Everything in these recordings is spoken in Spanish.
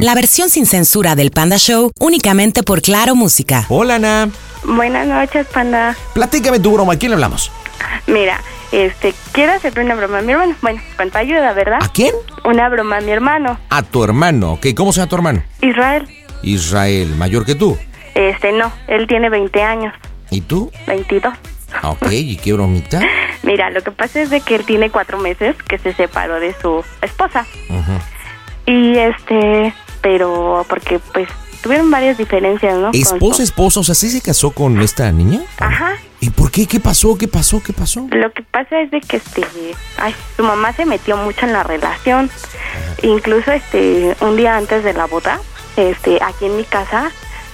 La versión sin censura del Panda Show únicamente por Claro Música. Hola, Ana. Buenas noches, panda. Platícame tu broma. ¿A quién le hablamos? Mira, este, quiero hacerle una broma a mi hermano. Bueno, con tu ayuda, ¿verdad? ¿A quién? Una broma a mi hermano, A tu hermano. Ok, ¿cómo se llama tu hermano? Israel. Israel, mayor que tú. Este, no, él tiene 20 años, ¿Y tú? 22. Ah, ok, ¿y qué bromita? Mira, lo que pasa es de que él tiene cuatro meses que se separó de su esposa. Ujú. Y este, pero porque pues tuvieron varias diferencias, ¿no? Con su- Esposa, esposa, o sea, ¿sí se casó con esta niña? Ajá. ¿Y por qué? ¿Qué pasó? ¿Qué pasó? ¿Qué pasó? Lo que pasa es de que este, ay, su mamá se metió mucho en la relación. Incluso este, un día antes de la boda, este, aquí en mi casa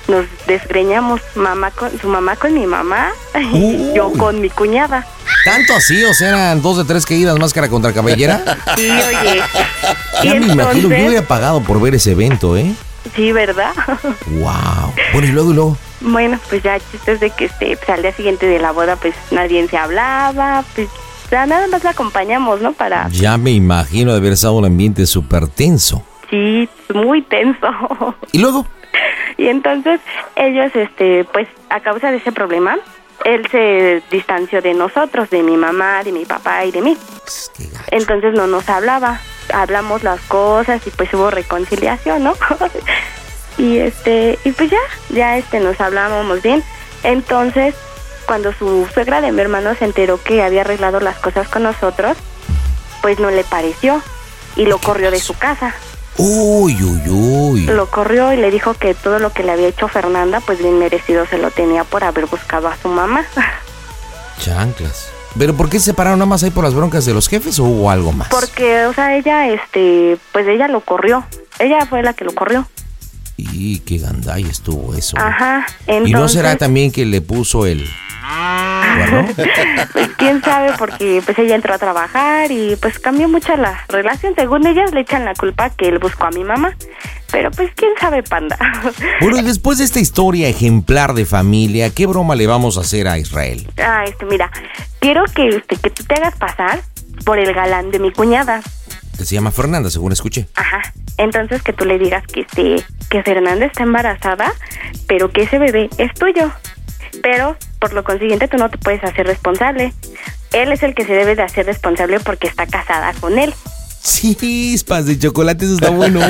nos desgreñamos mamá con su mamá con mi mamá y yo Uy. con mi cuñada. ¿Tanto así? O sea, eran dos de tres caídas máscara contra cabellera. Sí, oye. y Ya me imagino, yo entonces, hubiera pagado por ver ese evento, ¿eh? sí, ¿verdad? Wow. Bueno, y luego, y luego. bueno, pues ya chistes de que este, pues, al día siguiente de la boda pues nadie se hablaba, pues ya nada más la acompañamos, ¿no? Para Ya me imagino de haber estado un ambiente súper tenso. sí, muy tenso. ¿Y luego? Y entonces ellos, este, pues a causa de ese problema, él se distanció de nosotros, de mi mamá, de mi papá y de mí. Pues, Qué gacho. Entonces no nos hablaba. Hablamos las cosas y pues hubo reconciliación, ¿no? y este, y pues ya, ya este nos hablábamos bien. Entonces, cuando su suegra de mi hermano se enteró que había arreglado las cosas con nosotros, pues no le pareció y lo corrió de su casa. Uy, uy, uy. Lo corrió y le dijo que todo lo que le había hecho Fernanda, pues bien merecido se lo tenía por haber buscado a su mamá. Chanclas. ¿Pero por qué se separaron nada más ahí por las broncas de los jefes o hubo algo más? Porque, o sea, ella, este, pues ella lo corrió. Ella fue la que lo corrió. Y qué gandalla estuvo eso. güey. Ajá. ¿Y Ah, Entonces, no será también que le puso el... cuerno? pues, quién sabe, porque pues ella entró a trabajar y pues cambió mucho la relación. Según ellas, le echan la culpa que él buscó a mi mamá. Pero pues quién sabe, panda. Bueno, y después de esta historia ejemplar de familia, ¿qué broma le vamos a hacer a Israel? ah, este, mira, quiero que, este, que tú te hagas pasar por el galán de mi cuñada. Que se llama Fernanda, según escuché. Ajá. Entonces que tú le digas que este, que Fernanda está embarazada, pero que ese bebé es tuyo. Pero por lo consiguiente tú no te puedes hacer responsable. Él es el que se debe de hacer responsable porque está casada con él. Chispas de chocolate, eso está bueno.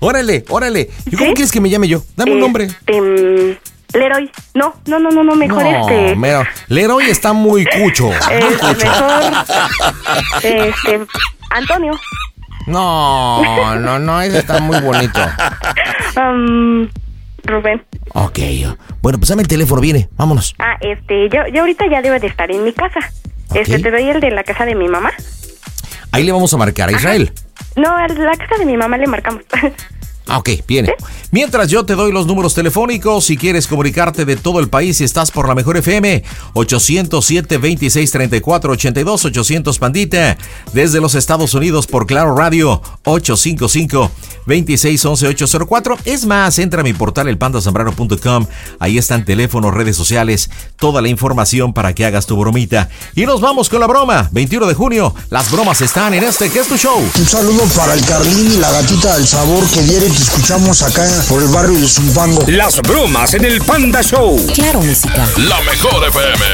órale, órale. ¿Y cómo ¿Sí? quieres que me llame yo? Dame un nombre. Este, mm, Leroy. No, no, no, no, no, mejor este. Eh. mero. Leroy está muy cucho. este, mejor. Este, Antonio. No, no, no, ese está muy bonito. Am, Rubén. Ok. Bueno, pues dame el teléfono, viene. Vámonos. Ah, este, yo, yo ahorita ya debo de estar en mi casa. Este, Ok. ¿te doy el de la casa de mi mamá? Ahí le vamos a marcar a Israel. No, a la casa de mi mamá le marcamos. Ah, ok, viene. Mientras yo te doy los números telefónicos, si quieres comunicarte de todo el país, si estás por la mejor FM, 807-2634-82, 800 Pandita, desde los Estados Unidos por Claro Radio, 855-2611-804. Es más, entra a mi portal elpandasambrano.com, ahí están teléfonos, redes sociales, toda la información para que hagas tu bromita. Y nos vamos con la broma, 21 de junio, las bromas están en este que es tu show. Un saludo para el Carlín y la gatita del sabor que diario te escuchamos acá por el barrio de Zumpango. Las bromas en el Panda Show. Claro, música. La mejor FM.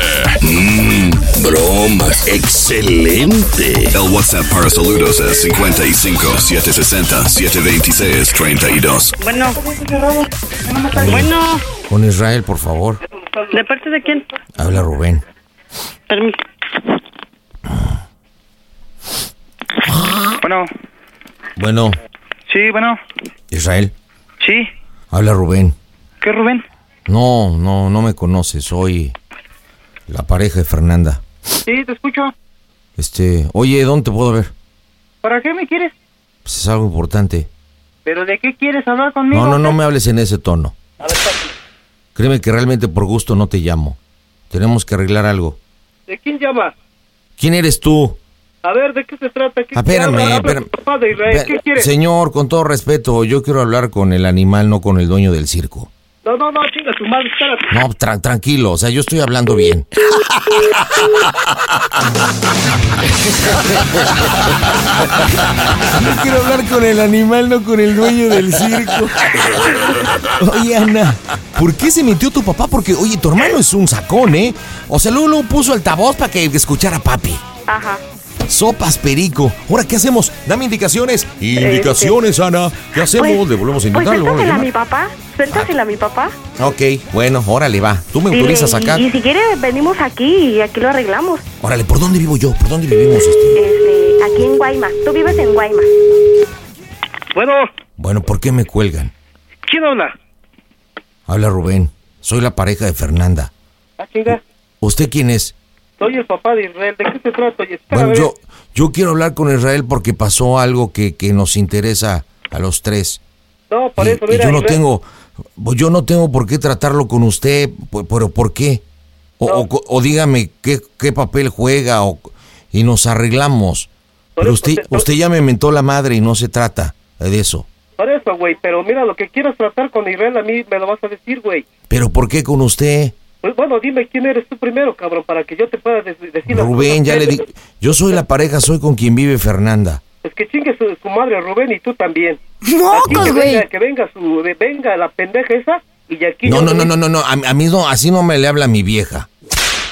Mmm, bromas. Excelente. El WhatsApp para saludos es 55 760 726 32. Bueno. Bueno, Con Israel, por favor. ¿de parte de quién? Habla Rubén. Permiso. Bueno, Bueno, sí, bueno, Israel, sí. habla Rubén. ¿Qué, Rubén? No, no, no me conoces, soy la pareja de Fernanda. Sí, te escucho. Este, oye, ¿dónde te puedo ver? ¿Para qué me quieres? Pues es algo importante. ¿Pero de qué quieres hablar conmigo? No, no, no me hables en ese tono. pues- A ver, pues. papi, Créeme que realmente por gusto no te llamo. Tenemos que arreglar algo. ¿de quién llamas? ¿Quién eres tú? A ver, ¿de qué se trata? ¿Qué Espérame, Habla- habla espérame. tu papá de Israel, ¿Qué Ve- quieres? Señor, con todo respeto, yo quiero hablar con el animal, no con el dueño del circo. No, no, no, chinga tu madre, espérate. No, tra- tranquilo, o sea, yo estoy hablando bien. Yo quiero hablar con el animal, no con el dueño del circo. Oye, Ana, ¿por qué se metió tu papá? Porque, oye, tu hermano es un sacón, ¿eh? O sea, luego, luego puso altavoz para que escuchara a papi. Ajá. Sopas perico. Ahora, ¿qué hacemos? Dame indicaciones. Indicaciones, Ana. ¿Qué hacemos? Este, Pues- Le volvemos a Pues intentar. le volvemos a suéltasela a mi llamar. papá. Suéltasela a mi papá. ok, bueno, órale, va. Tú me Dile, autorizas acá. y, y si quiere, venimos aquí y aquí lo arreglamos. Órale, ¿por dónde vivo yo? ¿Por dónde vivimos este? Este, aquí en Guaymas. Tú vives en Guaymas. Bueno, Bueno, ¿por qué me cuelgan? ¿quién habla? Habla Rubén. Soy la pareja de Fernanda. Ah, chinga, ¿Usted quién es? soy el papá de Israel, ¿de qué se trata? Oye, espera, a Bueno, ver. yo, yo quiero hablar con Israel porque pasó algo que, que nos interesa a los tres. No, por Y- eso, y mira, yo no Israel, tengo, pues, yo no tengo por qué tratarlo con usted, pu- pero ¿por qué? O, o co- o dígame qué, qué papel juega o- y nos arreglamos. Por eso Pero usted, te- usted ya me mentó la madre y no se trata de eso. Por eso, güey, pero mira, lo que quieras tratar con Israel a mí me lo vas a decir, güey. Pero ¿por qué con usted? Pues, bueno, dime quién eres tú primero, cabrón, para que yo te pueda des- decir... las Rubén, cosas ya que- le di. Yo soy la pareja, soy con quien vive Fernanda. Pues que chingue su, su madre Rubén y tú también. Así ¡Mocos, que güey! venga, que venga su... de- venga la pendeja esa y de aquí... No, yo- no, no, no, no, no. A, a mí no, así no me le habla mi vieja.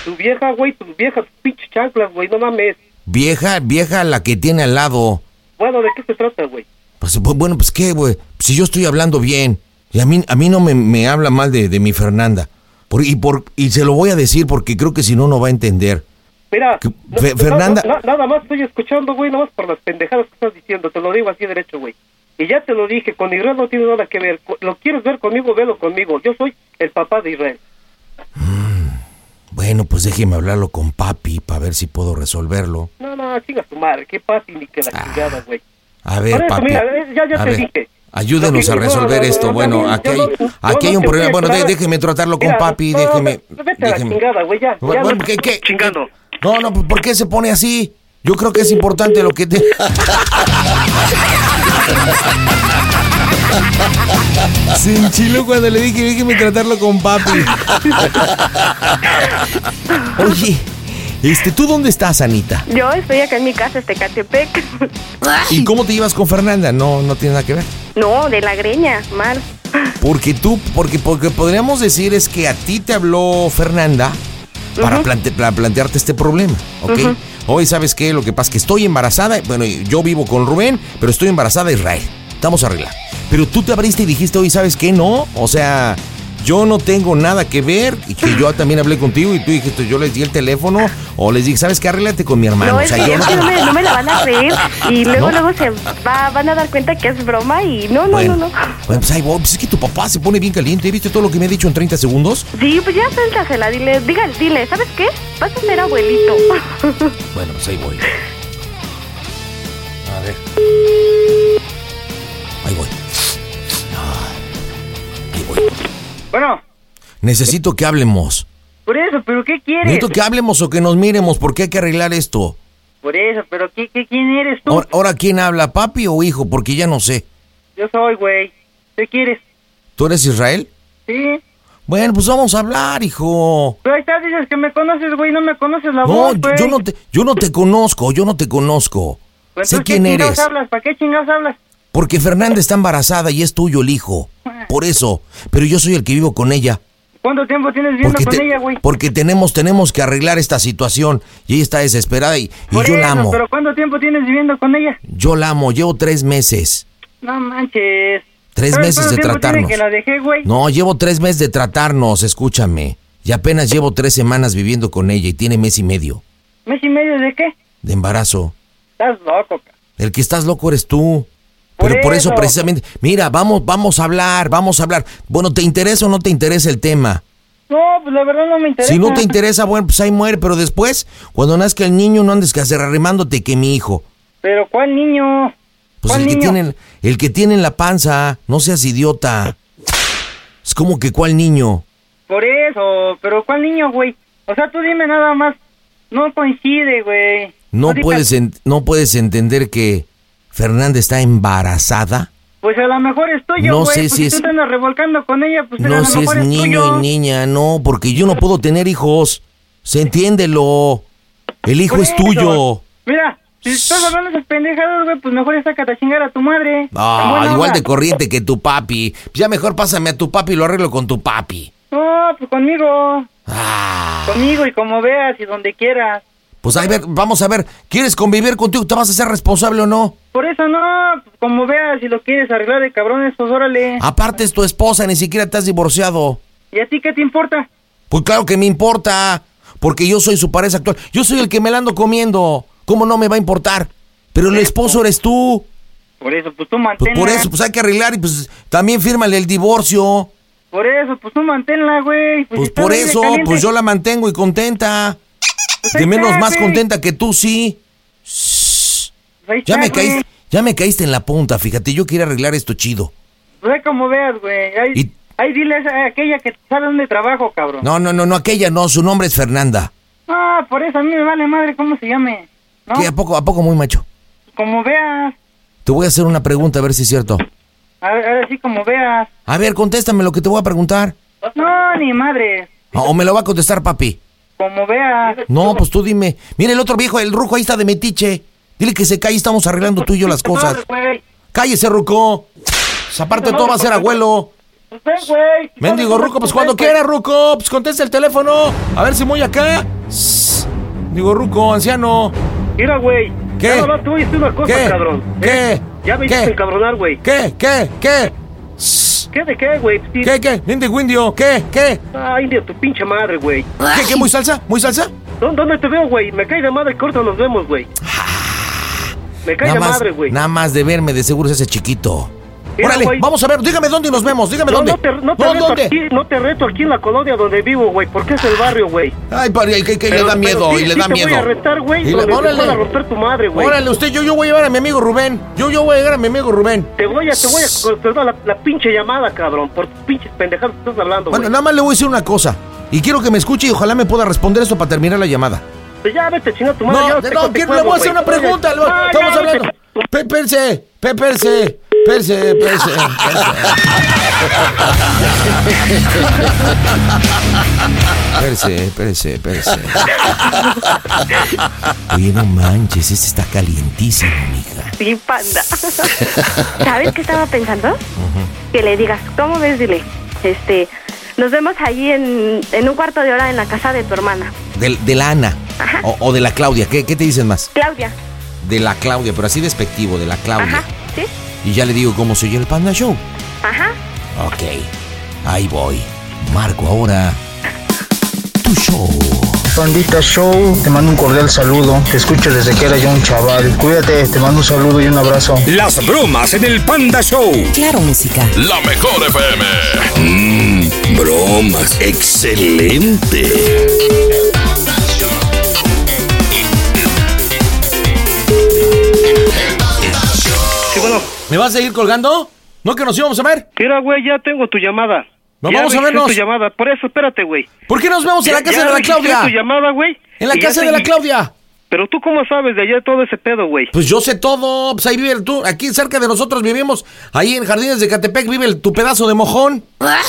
Tu vieja, güey, tu vieja, tus pinches chanclas, güey, no mames. Vieja, vieja la que tiene al lado. Bueno, ¿de qué se trata, güey? Pues, bu- bueno, pues qué, güey. Si yo estoy hablando bien. Y a mí, a mí no me, me habla mal de, de mi Fernanda. Por- y, por, y se lo voy a decir porque creo que si no, no va a entender. Mira, Que- Fe- Fernanda- na- nada más estoy escuchando, güey, nada más por las pendejadas que estás diciendo, te lo digo así derecho, güey. Y ya te lo dije, con Israel no tiene nada que ver. Co- Lo quieres ver conmigo, velo conmigo. Yo soy el papá de Israel. Bueno, pues déjeme hablarlo con papi para ver si puedo resolverlo. No, no, chinga tu madre, qué paz ni que la chingada, güey. Ah, A Por ver, eso, papi. mira, eh, ya- ya a te ver, dije. Ayúdenos No, no, a no, resolver no, esto. no, bueno, no, aquí no, hay, no, no, aquí no, hay un no, problema. no, Bueno, no, de- no, déjeme tratarlo con mira, papi. no, no, déjeme. no, vete a la déjeme- chingada, güey, ya, Bueno, ya, bueno, no, ¿qué- qué? chingando. No, no, ¿por qué se pone así? Yo creo que es importante lo que te. Se enchiló cuando le dije, déjeme tratarlo con papi. Oye, este, ¿tú dónde estás, Anita? Yo estoy acá en mi casa, este Catepec. ¿Y cómo te llevas con Fernanda? No, no tiene nada que ver. no, de la greña, mal. Porque tú, porque, porque podríamos decir es que a ti te habló Fernanda para, plante- para plantearte este problema, ¿ok? Hoy, ¿sabes qué? Lo que pasa es que estoy embarazada, bueno, yo vivo con Rubén, pero estoy embarazada de Israel. Estamos arreglando. Pero tú te abriste y dijiste, hoy, ¿sabes qué? No, o sea, yo no tengo nada que ver y que yo también hablé contigo y tú dijiste, yo les di el teléfono o les dije, ¿sabes qué? Arréglate con mi hermano. No, o es sea, que yo es que no, me, no me la van a creer y luego luego se va, van a dar cuenta que es broma y no, no, Bueno. no, no. Bueno, pues ahí voy. Pues es que tu papá se pone bien caliente. ¿Viste todo lo que me ha dicho en 30 segundos? Sí, pues ya pénsasela, dile, dígale, dile, ¿sabes qué? Vas a ser abuelito. Bueno, pues ahí voy. A ver. Ahí voy. Ay, Ahí voy. Bueno, Necesito que hablemos. por eso, pero ¿qué quieres? Necesito que hablemos o que nos miremos porque hay que arreglar esto. Por eso, pero ¿qué, qué, ¿quién eres tú? Ahora, ahora, ¿quién habla? ¿Papi o hijo? Porque ya no sé. Yo soy, güey. ¿Qué quieres? ¿Tú eres Israel? Sí. Bueno, pues vamos a hablar, hijo. Pero ahí está, dices que me conoces, güey, no me conoces la No, voz, yo, güey. pues. yo no te, yo no te conozco, yo no te conozco. Pues Sé entonces, quién ¿qué chingados eres. hablas? ¿Para qué chingados hablas? Porque Fernanda está embarazada y es tuyo el hijo. Por eso. Pero yo soy el que vivo con ella. ¿Cuánto tiempo tienes viendo Porque, con te- ella, güey? porque tenemos, tenemos que arreglar esta situación. Y ella está desesperada y, y Por yo la eso, amo. pero ¿cuánto tiempo tienes viviendo con ella? Yo la amo. Llevo tres meses. No manches. Tres ¿Sabes meses cuánto de tiempo tiene tratarnos. que la dejé, güey? No, llevo tres meses de tratarnos, escúchame. Y apenas llevo tres semanas viviendo con ella y tiene mes y medio ¿Mes y medio de qué? de embarazo. Estás loco, ca- El que estás loco eres tú. Por Pero por eso, eso. precisamente, mira, vamos, vamos a hablar, vamos a hablar. Bueno, ¿te interesa o no te interesa el tema? No, pues la verdad no me interesa. Si no te interesa, bueno, pues ahí muere, pero después, cuando nazca el niño, no andes que hacer arrimándote que mi hijo. Pero ¿cuál niño? Pues ¿Cuál el que, niño? tienen, el que tiene en la panza, no seas idiota. Es como que cuál niño. Por eso, pero ¿cuál niño, güey? O sea, tú dime nada más. No coincide, güey. No Ahorita- puedes, en- no puedes entender que Fernanda está embarazada. Pues a lo mejor es tuyo, No güey. sé pues si si es- tú te andas revolcando con ella, pues a No lo si es mejor es, niño tuyo. y niña, no, porque yo no puedo tener hijos. Se entiéndelo. El hijo Por es eso. tulo. Mira, si estás hablando de esas pendejadas, güey, pues mejor sácate a chingar a tu madre. Tan Ah, buena igual onda. de corriente que tu papi. Ya mejor pásame a tu papi y lo arreglo con tu papi. No, pues conmigo. Ah, Conmigo y como veas y donde quieras. pues a ver, vamos a ver. ¿Quieres convivir contigo? ¿Te vas a ser responsable o no? Por eso no, pues, como veas, si lo quieres arreglar de cabrones, pues órale. Aparte es tu esposa, ni siquiera te has divorciado. ¿Y a ti qué te importa? Pues claro que me importa, porque yo soy su pareja actual. Yo soy el que me la ando comiendo. ¿Cómo no me va a importar? Pero el esposo eres tú. Por eso, pues tú Pues manténla. por eso, pues hay que arreglar y pues también fírmale el divorcio. Por eso, pues tú manténla, güey. Pues si está por bien de eso, caliente, pues yo la mantengo y contenta. pues ahí De menos está, más güey. contenta que tú, sí. Pues ahí Ya está, me güey. caíste, ya me caíste en la punta, fíjate, yo quería arreglar esto chido. Pues ahí como veas, güey. Ahí, Y- ahí dile a aquella que sabe dónde trabajo, cabrón. No, no, no, no, aquella no, su nombre es Fernanda. Ah, por eso a mí me vale madre cómo se llame. No, ¿Qué, a poco, a poco muy macho? como veas. Te voy a hacer una pregunta a ver si es cierto. A ver, ahora sí, como veas. A ver, contéstame lo que te voy a preguntar. Ah, No, ni madre. O me lo va a contestar papi. Como veas. No, pues tú dime. Mira el otro viejo, el ruco ahí está de metiche. Dile que se calle, estamos arreglando tú y yo las cosas. No, güey. Cállese, ruco. Pues, Aparte todo va a ser abuelo. Pues ven, güey. Mendigo, ruco, pues cuando Ven, güey. quiera, ruco. Pues contesta el teléfono. A ver si voy acá. Sss. Digo, ruco, anciano. Mira, güey. ¿Qué? Ya nomás te voy a decir una cosa, ¿Qué? cabrón. ¿Eh? ¿Qué? Ya me ¿Qué? hiciste encabronar, güey. ¿Qué? ¿Qué? ¿Qué? ¿Qué de qué, güey? Sí. ¿Qué? ¿Qué? Mendigo indio. ¿Qué? ¿Qué? Ah, indio, tu pinche madre, güey. ¿Qué? ¿Qué? ¿Muy salsa? ¿Muy salsa? ¿Dó- ¿Dónde te veo, güey? Me cae de madre, corta, nos vemos, güey. Me cae Ah, Nada de más, madre, güey. nada más de verme, de seguro es ese chiquito. Mira, Órale, güey. vamos a ver, dígame dónde nos vemos, dígame No, dónde. no te, no te ¿Dó- reto ¿Dónde? aquí, no te reto aquí en la colonia donde vivo, güey, porque es el barrio, güey. Ay, para, que, que le Pero- da miedo pero sí- y le sí da te voy miedo. a retar, güey, Y le- donde te órale. pueda romper tu madre, güey. Órale, usted, yo, yo voy a llevar a mi amigo Rubén. Yo, yo voy a llegar a mi amigo Rubén. Te voy a, te voy a cortar la, la pinche llamada, cabrón, por tus pinches pendejadas que estás hablando, güey. Bueno, nada más le voy a decir una cosa. Y quiero que me escuche y ojalá me pueda responder esto para terminar la llamada. Pues ya vete, chinga tu madre. No, ya no, te no, quiero- conté le voy a cuándo, hacer una güey. pregunta. le voy- Ah, Estamos ya vete. hablando. Pe- Perse, pe- perse, perse, perse, perse. Perse, perse, perse. Oye, no manches, este está calientísimo, mija. Sí, panda. ¿Sabes qué estaba pensando? Que le digas, ¿cómo ves? Dile, este, nos vemos allí en, en un cuarto de hora en la casa de tu hermana, De, de la Ana o, o de la Claudia, ¿Qué, ¿qué te dicen más? Claudia. De la Claudia, pero así despectivo, de la Claudia. Ajá, ¿sí? Y ya le digo cómo soy yo el Panda Show. Ajá. Ok, ahí voy. Marco ahora. Tu show. Pandita Show, te mando un cordial saludo. Te escucho desde que era yo un chaval. Cuídate, te mando un saludo y un abrazo. Las bromas en el Panda Show. Claro, música. La mejor FM. Mm, bromas. Excelente. ¿Me vas a seguir colgando? ¿No que nos íbamos a ver? Mira, güey, ya tengo tu llamada. No, Ya vamos a registré vernos. tu llamada. Por eso, espérate, güey. ¿Por qué nos vemos en Ya- la casa ya de la registré Claudia? tu llamada, güey. En la Y ya casa te- de la Claudia. Pero tú cómo sabes de allá todo ese pedo, güey. Pues yo sé todo, pues ahí vive el tú, aquí cerca de nosotros vivimos, ahí en Jardines de Catepec vive el, tu pedazo de mojón.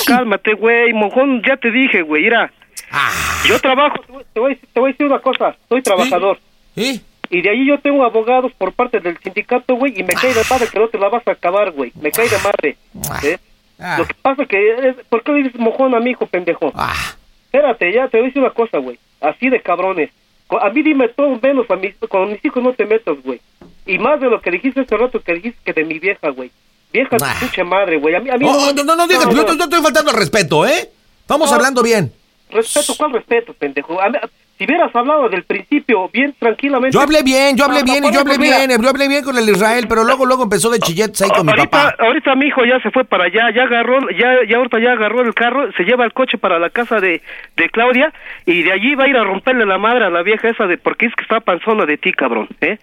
Cálmate, güey, mojón, ya te dije, güey, mira. Ah. Yo trabajo, te voy- te voy, te voy a decir una cosa, soy trabajador. ¿Sí? Y de ahí yo tengo abogados por parte del sindicato, güey, y me cae de Ah. madre que no te la vas a acabar, güey. Me cae de madre. ¿eh? Ah. Lo que pasa que es, ¿por qué le dices mojón a mi hijo, pendejo? Espérate, ya te voy a decir una cosa, güey. Así de cabrones. Co- A mí dime todo menos, a mis, con mis hijos no te metas, güey. Y más de lo que dijiste hace rato que dijiste que de mi vieja, güey. Vieja tu pinche madre, güey. A mí, a mí Oh, Ah. no, no, no digas, yo, te- yo estoy faltando al respeto, ¿eh? Estamos No. hablando bien. Respeto, ¿cuál respeto, pendejo? A mí- si hubieras hablado del principio bien tranquilamente. Yo hablé bien, yo hablé Hasta bien, y por yo eso, hablé pues mira, bien, yo hablé bien con el Israel, pero luego, luego empezó de chilletes ahí con mi ahorita, papá. ahorita mi hijo ya se fue para allá, ya agarró, ya, ya ahorita ya agarró el carro, se lleva el coche para la casa de, de Claudia y de allí va a ir a romperle la madre a la vieja esa de porque es que está panzona de ti, cabrón, ¿eh?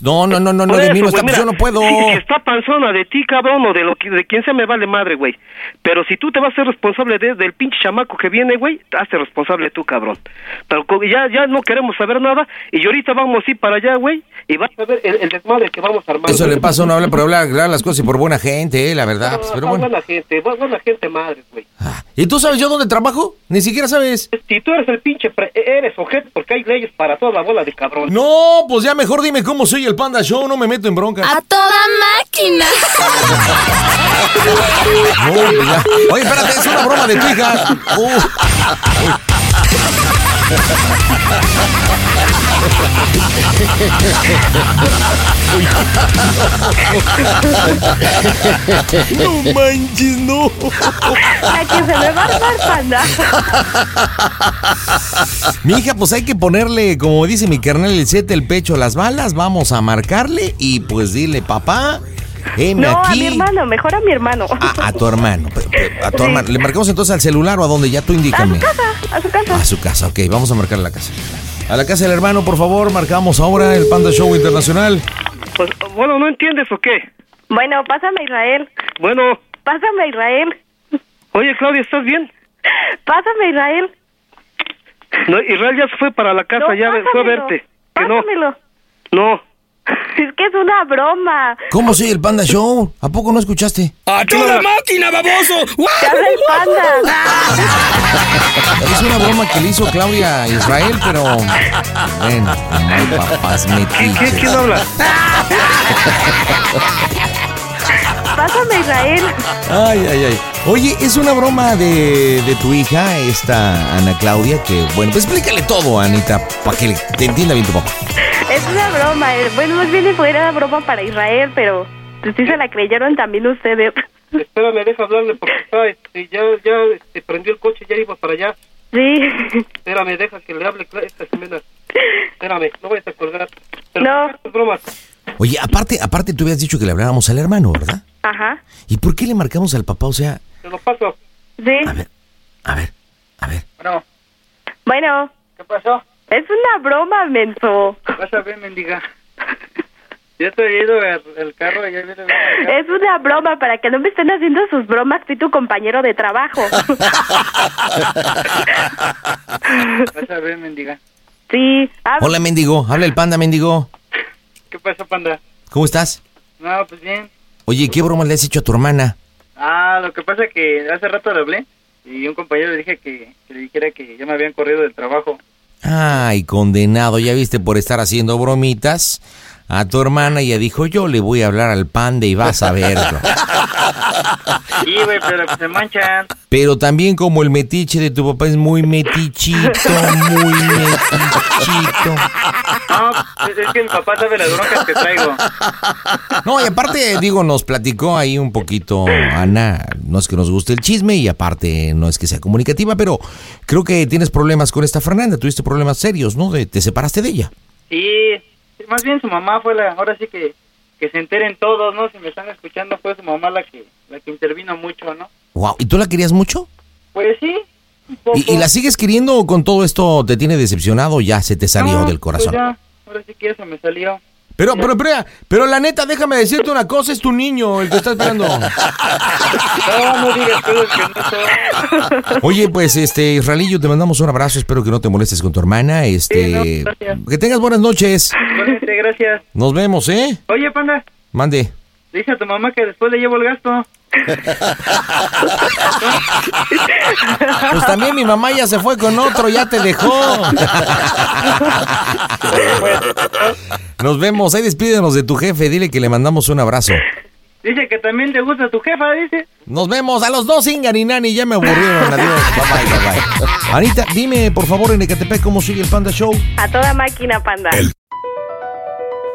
No, no, no, no, no, Por de eso, mí no güey, está, pues mira, yo no puedo. Si, si está panzona de ti, cabrón, o de, lo, que- de quien sea, me vale madre, güey. Pero si tú te vas a ser responsable de- del pinche chamaco que viene, güey, hazte responsable tú, cabrón. Pero co- ya, ya no queremos saber nada y ahorita vamos a ir para allá, güey, y vas a ver el, el desmadre que vamos a armar. Eso güey. le pasa a uno habla por hablar, hablar las cosas y por buena gente, eh, la verdad. pues, Ah, pero bueno. buena gente, bu- buena gente madre, güey. ¿Y tú sabes yo dónde trabajo? Ni siquiera sabes. pues, Si tú eres el pinche, pre- e, eres ojete porque hay leyes para toda la bola de cabrón. No, pues ya mejor dime cómo soy el Panda Show, no me meto en bronca. Ah. toda máquina. No, pues ya. Oye, espérate, es una broma de tu hija. Uh. No manches, no. La que se me va a armar, panda. Mi hija, pues hay que ponerle, como dice mi carnal, el 7 el pecho a las balas. Vamos a marcarle y pues dile, papá, heme No, a mi aquí. Ah, hermano, mejor a mi hermano. A, a tu hermano, pe- pe- a tu hermano. ¿Le marcamos entonces al celular o a dónde? Ya tú indícame. a su casa. A su casa, ok, vamos a marcar a la casa. A la casa del hermano, por favor, marcamos ahora el Panda Show Internacional. Pues, bueno, ¿no entiendes o qué? Bueno, pásame a Israel. Bueno. Pásame a Israel. Oye, Claudia, ¿estás bien? Pásame a Israel. No, Israel ya se fue para la casa, No, ya fue a pásamelo. verte. Que no. Pásamelo. No. Es que es una broma. ¿Cómo soy el Panda Show? ¿A poco no escuchaste? ¡A toda máquina, baboso! ¡Te habla el panda! Es una broma que le hizo Claudia a Israel, pero. Ven, ay, papás metiches. ¿Quién, quién habla? Pásame a Israel. Ay, ay, ay. Oye, es una broma de, de tu hija, esta Ana Claudia, que bueno, pues explícale todo, Anita, para que le- te entienda bien tu papá. Es una broma. eh. Bueno, más bien fuera broma para Israel, pero pues sí se la creyeron también ustedes. Espérame, deja hablarle porque está, este, ya, ya este, prendió el coche, ya iba para allá. Sí. Espérame, deja que le hable Cla- esta Jimena. Espérame, no vayas a colgar. No. Es broma. Oye, aparte, aparte tú habías dicho que le hablábamos al hermano, ¿verdad? Ajá. ¿Y por qué le marcamos al papá? O sea, Te lo paso. Sí. Bueno, Bueno, ¿qué pasó? es una broma, menso. Vas a ver, mendiga. Ya te he ido el, carro, ya viene Es una broma para que no me estén haciendo sus bromas, soy tu compañero de trabajo. Vas a ver, mendiga. Sí. Ah, hola, mendigo. Habla el panda, mendigo. ¿Qué pasa, panda? ¿Cómo estás? No, pues bien. Oye, ¿qué broma le has hecho a tu hermana? Ah, lo que pasa que hace rato le hablé y un compañero le dije que, que le dijera que ya me habían corrido del trabajo. Ay, condenado, ya viste por estar haciendo bromitas. a tu hermana y ella dijo, yo le voy a hablar al panda y vas a verlo. Sí, güey, pero que se manchan. Pero también como el metiche de tu papá es muy metichito, muy metichito. No, es es que mi papá sabe las broncas que traigo. No, y aparte, digo, nos platicó ahí un poquito, Ana, no es que nos guste el chisme y aparte no es que sea comunicativa, pero creo que tienes problemas con esta Fernanda, tuviste problemas serios, ¿no? De- te separaste de ella. Sí, más bien su mamá fue la, ahora sí que, que se enteren todos, ¿no? Si me están escuchando, fue su mamá la que, la que intervino mucho, ¿no? Wow, ¿y tú la querías mucho? Pues sí, un poco. ¿Y, y la sigues queriendo o con todo esto te tiene decepcionado o ya se te salió No, del corazón? Pues ya, ahora sí que eso me salió. Pero, pero, pero, pero la neta, déjame decirte una cosa, es tu niño el que está esperando. No, no digas cosas que no son. Oye, pues, este, Israelillo, te mandamos un abrazo, espero que no te molestes con tu hermana, este, Sí, no, gracias. que tengas buenas noches. Igualmente, gracias. Nos vemos, ¿eh? Oye, panda, Mande. dice a tu mamá que después le llevo el gasto. Pues también mi mamá ya se fue con otro, ya te dejó. Nos vemos, ahí despídenos de tu jefe, dile que le mandamos un abrazo. Dice que también te gusta tu jefa, dice. Nos vemos a los dos, Ingan y Nani, ya me aburrieron, adiós, bye bye, bye bye. Anita, dime por favor en Ecatepec cómo sigue el Panda Show. A toda máquina, panda.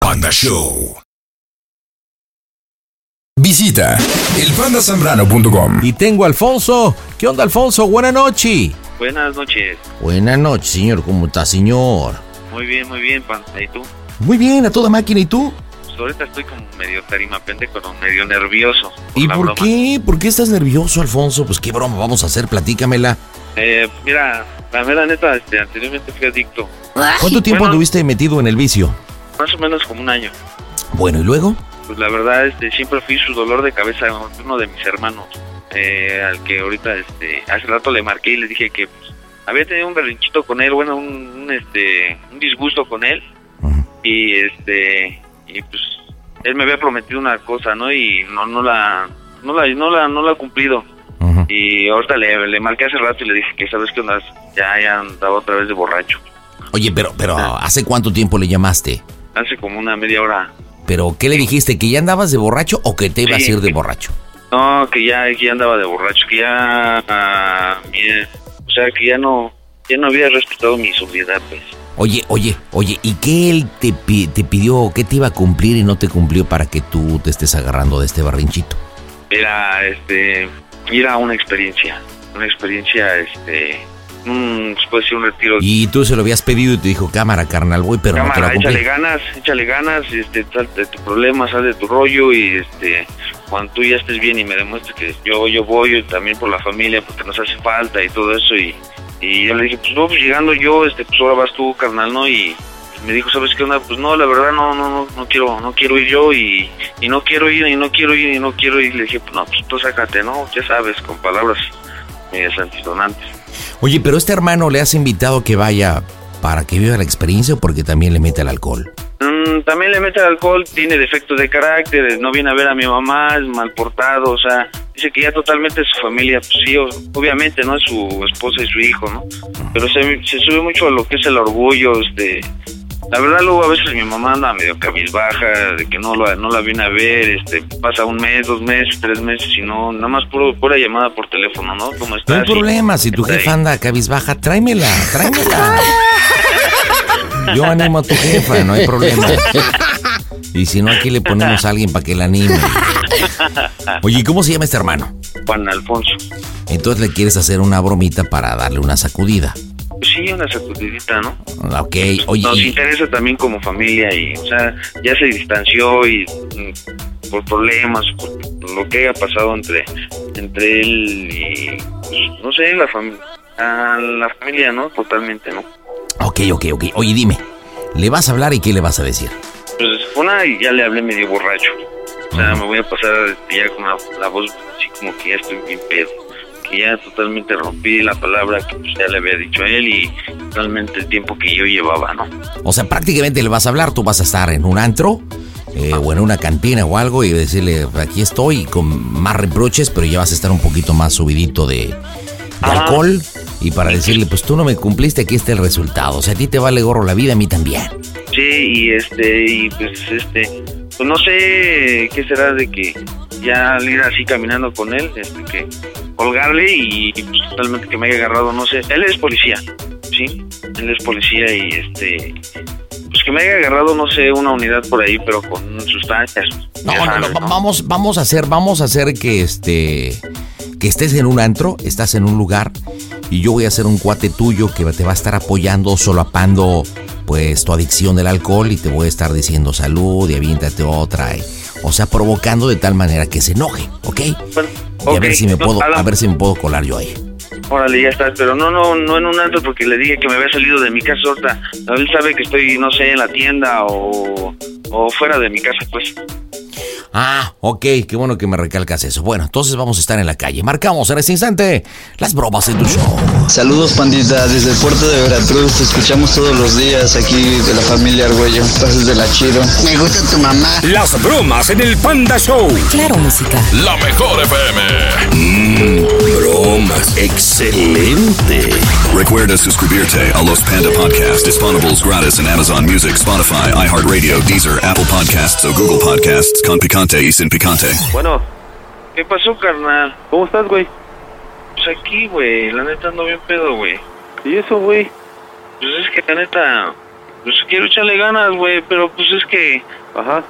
Panda Show. Visita elpandasambrano.com. Y tengo a Alfonso. ¿Qué onda, Alfonso? Buenas noches. Buenas noches. Buenas noches, señor, ¿cómo está, señor? Muy bien, muy bien, Panda. ¿Y tú? Muy bien, a toda máquina, ¿y tú? Pues ahorita estoy como medio tarimapende, como medio nervioso. ¿Y la por broma. qué? ¿Por qué estás nervioso, Alfonso? Pues qué broma vamos a hacer, platícamela. Eh, mira, la mera neta, este, anteriormente fui adicto. ¿Cuánto tiempo Bueno, anduviste metido en el vicio? Más o menos como un año. Bueno, ¿y luego? Pues la verdad, este, siempre fui su dolor de cabeza uno de mis hermanos, eh, al que ahorita, este, hace rato le marqué y le dije que pues, había tenido un berrinchito con él, bueno, un, un, este, un disgusto con él y este, y pues él me había prometido una cosa, ¿no? Y no, no la, no la, no la, no la ha cumplido. Y ahorita le, le marqué hace rato y le dije que sabes que andas, ya, ya andaba otra vez de borracho. Oye, pero, pero, Ah. ¿hace cuánto tiempo le llamaste? Hace como una media hora. ¿Pero qué le dijiste? ¿Que ya andabas de borracho o que te ibas Sí. a ir de borracho? No, que ya, que ya andaba de borracho, que ya, ah, mire, o sea, que ya no, ya no había respetado mi sobriedad, pues. Oye, oye, oye, ¿y qué él te, pi- te pidió, qué te iba a cumplir y no te cumplió para que tú te estés agarrando de este barrinchito? Era, este, era una experiencia, una experiencia, este, un, se puede decir un retiro. Y tú se lo habías pedido y te dijo, cámara, carnal, voy, pero no te Pues Cámara, lo échale cumplí. ganas, échale ganas, este, sal de tu problema, sal de tu rollo y, este, cuando tú ya estés bien y me demuestres que yo, yo voy y también por la familia, porque nos hace falta y todo eso y, y yo le dije, pues no, pues llegando yo, este, pues ahora vas tú, carnal, ¿no? Y me dijo, ¿sabes qué onda? Pues no, la verdad no, no, no, no quiero, no quiero ir yo y, y no quiero ir y no quiero ir y no quiero ir. Le dije, pues no, pues tú sácate, ¿no? Ya sabes, con palabras medias antisonantes. Oye, pero este hermano le has invitado a que vaya para que viva la experiencia o porque también le mete el alcohol. Mm, también le mete alcohol, tiene defectos de carácter, no viene a ver a mi mamá, es mal portado, o sea, dice que ya totalmente su familia, pues sí, o- obviamente, ¿no? Es su esposa y su hijo, ¿no? Pero se, se sube mucho a lo que es el orgullo, este... La verdad, luego a veces mi mamá anda medio cabizbaja, de que no la, no la viene a ver, este, pasa un mes, dos meses, tres meses, y no, nada más puro, pura llamada por teléfono, ¿no? ¿Cómo No hay estás? problema, si tu jefa anda cabizbaja, tráemela, tráemela. Yo animo a tu jefa, no hay problema. Y si no, aquí le ponemos a alguien para que la anime. Oye, ¿y cómo se llama este hermano? Juan Alfonso. Entonces le quieres hacer una bromita para darle una sacudida. Pues Sí, una sacudidita, ¿no? Ok, oye. Nos y- interesa también como familia y, o sea, ya se distanció y mm, por problemas, por lo que haya pasado entre, entre él y, pues, no sé, la familia, la familia, ¿no? Totalmente, ¿no? Ok, ok, ok. Oye, dime, ¿le vas a hablar y qué le vas a decir? Pues una y ya le hablé medio borracho. O sea, me voy a pasar este, ya con la, la voz así como que ya estoy bien pedo. Que ya totalmente rompí la palabra que pues, ya le había dicho a él y totalmente el tiempo que yo llevaba, ¿no? O sea, prácticamente le vas a hablar, tú vas a estar en un antro eh, o en una cantina o algo y decirle, aquí estoy con más reproches, pero ya vas a estar un poquito más subidito de, de alcohol. Y para decirle, pues tú no me cumpliste, aquí está el resultado. O sea, a ti te vale gorro la vida, a mí también. Sí, y este, y pues este, pues no sé qué será de que ya al ir así caminando con él, este, que colgarle y, pues, totalmente que me haya agarrado, no sé. Él es policía, ¿sí? Él es policía y este, pues que me haya agarrado, no sé, una unidad por ahí, pero con sustancias. No, ya no, no, sabes, va- vamos, vamos a hacer, vamos a hacer que este que estés en un antro, estás en un lugar y yo voy a ser un cuate tuyo que te va a estar apoyando, solapando pues tu adicción del alcohol y te voy a estar diciendo salud y aviéntate otra, y- o sea, provocando de tal manera que se enoje, ¿ok? y a ok, ver si me no, puedo, Alan. a ver si me puedo colar yo ahí. Órale, ya estás, pero no, no, no en un antro porque le dije que me había salido de mi casa ahorita. Él sabe que estoy, no sé, en la tienda o, o fuera de mi casa, pues. Ah, ok, qué bueno que me recalcas eso. Bueno, entonces vamos a estar en la calle. Marcamos en este instante las bromas en tu show. Saludos pandita, desde el puerto de Veracruz, te escuchamos todos los días aquí de la familia Argüello, pases de la chido. Me gusta tu mamá. Las bromas en el Panda Show. Claro, música. La mejor FM. bromas. Excelente. Recuerda suscribirte a los Panda Podcast disponibles gratis en Amazon Music, Spotify, iHeartRadio, Deezer, Apple Podcasts o Google Podcasts con picante y sin picante. Bueno, ¿qué pasó, carnal? ¿Cómo estás, güey? Pues aquí, güey, la neta ando bien pedo, güey. ¿Y eso, güey? Pues es que la neta, pues quiero echarle ganas, güey, pero pues es que... Ajá.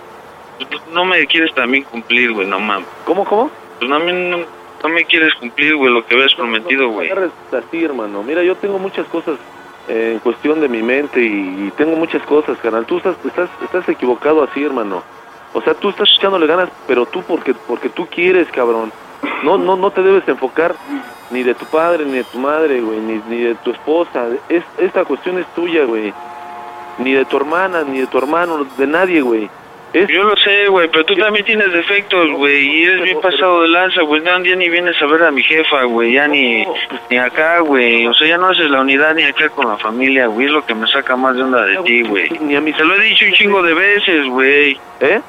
pues, No me quieres también cumplir, güey, no mames. ¿Cómo, cómo? Pues no, a mí no, no me quieres cumplir, güey, lo que habías prometido, güey. agarres así, hermano. Mira, yo tengo muchas cosas eh, en cuestión de mi mente y, y tengo muchas cosas, carnal. Tú estás, estás, estás equivocado así, hermano. O sea, tú estás echándole ganas, pero tú porque, porque tú quieres, cabrón. No, no, no te debes enfocar ni de tu padre, ni de tu madre, güey, ni, ni de tu esposa. Es, esta cuestión es tuya, güey. Ni de tu hermana, ni de tu hermano, de nadie, güey. Yo lo sé, güey, pero tú también tienes defectos, güey, y eres bien pasado de lanza, güey. No, ya ni vienes a ver a mi jefa, güey, ya ni, ni acá, güey. O sea, ya no haces la unidad ni acá con la familia, güey. Es lo que me saca más de onda de ti, güey. Ni a mis... Te lo he dicho un chingo de veces, güey. ¿Eh?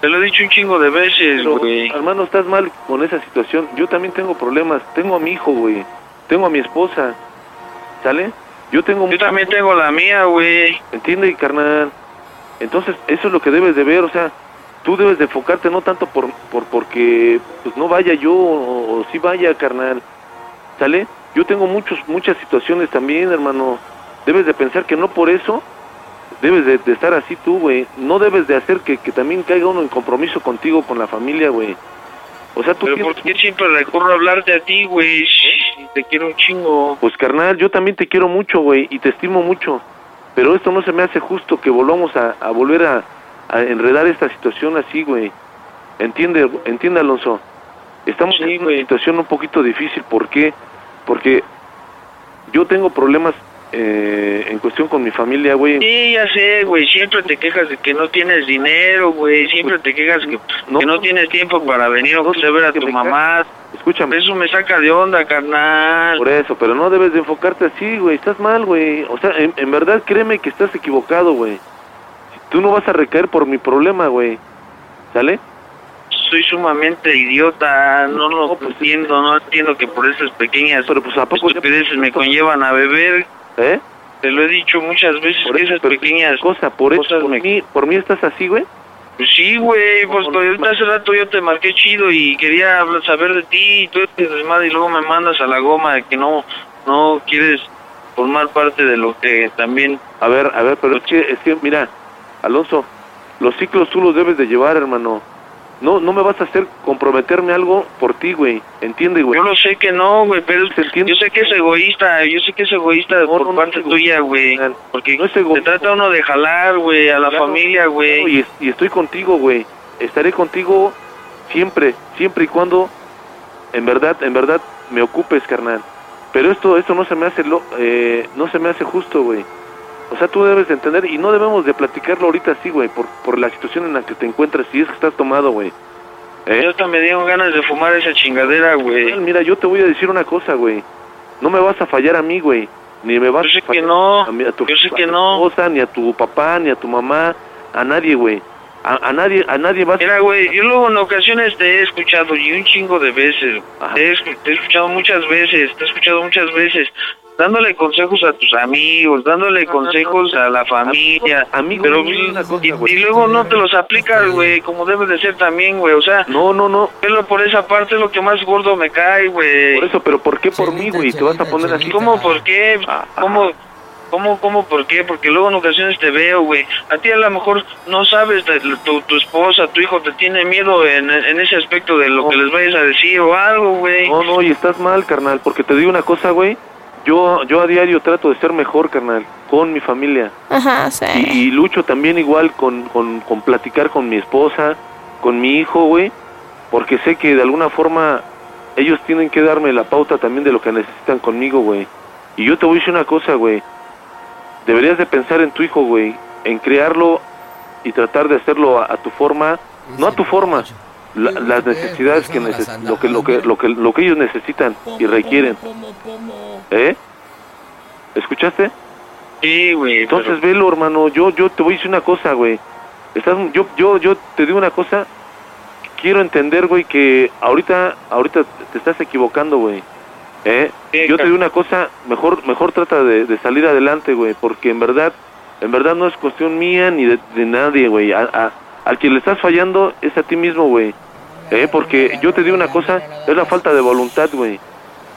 Te lo he dicho un chingo de veces, Pero, güey. hermano, estás mal con esa situación. Yo también tengo problemas. Tengo a mi hijo, güey. Tengo a mi esposa. ¿Sale? Yo tengo... Yo también tengo la mía, güey. ¿Entiende, carnal? Entonces, eso es lo que debes de ver. O sea, tú debes de enfocarte no tanto por, por porque pues no vaya yo o, o sí vaya, carnal. ¿Sale? Yo tengo muchos muchas situaciones también, hermano. Debes de pensar que no por eso debes de, de estar así tú, güey. No debes de hacer que, que también caiga uno en compromiso contigo, con la familia, güey. O sea, tú ¿Eh? Pero tienes- ¿por qué siempre recurro a hablarte a ti, güey? Sí, Te quiero un chingo. Pues carnal, yo también te quiero mucho, güey, y te estimo mucho. Pero esto no se me hace justo que volvamos a, a volver a, a enredar esta situación así, güey. Entiende, entiende Alonso. Estamos en una situación un poquito difícil. ¿Por qué? Porque yo tengo problemas eh, en cuestión con mi familia, güey. Sí, ya sé, güey. Siempre te quejas de que no tienes dinero, güey. Siempre te quejas que, que no tienes tiempo para venir o a ver a tu mamá. Escúchame. Eso me saca de onda, carnal. Por eso, pero no debes de enfocarte así, güey. Estás mal, güey. O sea, en, en verdad créeme que estás equivocado, güey. Tú no vas a recaer por mi problema, güey. ¿Sale? Soy sumamente idiota. No lo pues entiendo. No entiendo que por esas pequeñas estupideces me conllevan a beber. ¿Eh? Te lo he dicho muchas veces que esas pequeñas cosas por eso por mí por mí estás así güey Pues sí, güey, pues pero ahorita hace rato yo te marqué chido y quería hablar- saber de ti y tú eres desmadre y luego me mandas a la goma de que no, no quieres formar parte de lo que también... A ver, a ver, pero es que, es que, mira, Alonso, los ciclos tú los debes de llevar, hermano. No, no me vas a hacer comprometerme algo por ti, güey. Entiende, güey. Yo lo sé que no, güey, pero yo sé que es egoísta, yo sé que es egoísta por parte tuya, güey. Porque se trata uno de jalar, güey, a la Claro, familia, güey. y, es- y estoy contigo, güey. Estaré contigo siempre, siempre y cuando en verdad, en verdad me ocupes, carnal. Pero esto, esto no se me hace lo, eh, no se me hace justo, güey. O sea, tú debes de entender y no debemos de platicarlo ahorita así, güey, por, por la situación en la que te encuentras, si es que estás tomado, güey. Yo también me dieron ganas de fumar esa chingadera, güey. Mira, yo te voy a decir una cosa, güey. No me vas a fallar a mí, güey. Ni me vas a fallar a, mí- a tu, a tu esposa, ni a tu papá, ni a tu mamá, a nadie, güey. A, a nadie, a nadie vas Mira, güey, yo luego en ocasiones te he escuchado y un chingo de veces. Te he, escu- te he escuchado muchas veces, te he escuchado muchas veces. Dándole consejos a tus amigos, dándole consejos a la familia. pero, y, y luego no te los aplicas, güey, como debe de ser también, güey. O sea, no, no, no. Pero por esa parte es lo que más gordo me cae, güey. Por eso, pero ¿por qué por mí, güey? Te vas a poner así. ¿Cómo por qué? ¿Cómo? ¿Cómo, cómo, por qué? Porque luego en ocasiones te veo, güey. A ti a lo mejor no sabes, de- tu, tu esposa, tu hijo te tiene miedo en, en ese aspecto de lo que les vayas a decir o algo, güey. No, no, y estás mal, carnal, porque te digo una cosa, güey. Yo, yo a diario trato de ser mejor, carnal, con mi familia. Ajá, sí. Y, y lucho también igual con, con, con platicar con mi esposa, con mi hijo, güey, porque sé que de alguna forma ellos tienen que darme la pauta también de lo que necesitan conmigo, güey. Y yo te voy a decir una cosa, güey. Deberías de pensar en tu hijo, güey, en crearlo y tratar de hacerlo a, a tu forma, no a tu forma, la- las necesidades que neces- lo que lo que lo que lo que ellos necesitan y requieren. ¿Eh? ¿Escuchaste? Sí, güey. Entonces velo, hermano. Yo yo te voy a decir una cosa, güey. Estás yo yo yo te digo una cosa. Quiero entender, güey, que ahorita ahorita te estás equivocando, güey. ¿Eh? Yo te digo una cosa, mejor mejor trata de, de salir adelante, güey, porque en verdad en verdad no es cuestión mía ni de, de nadie, güey. A, a- al que le estás fallando es a ti mismo, güey. ¿Eh? Porque yo te digo una cosa, es la falta de voluntad, güey.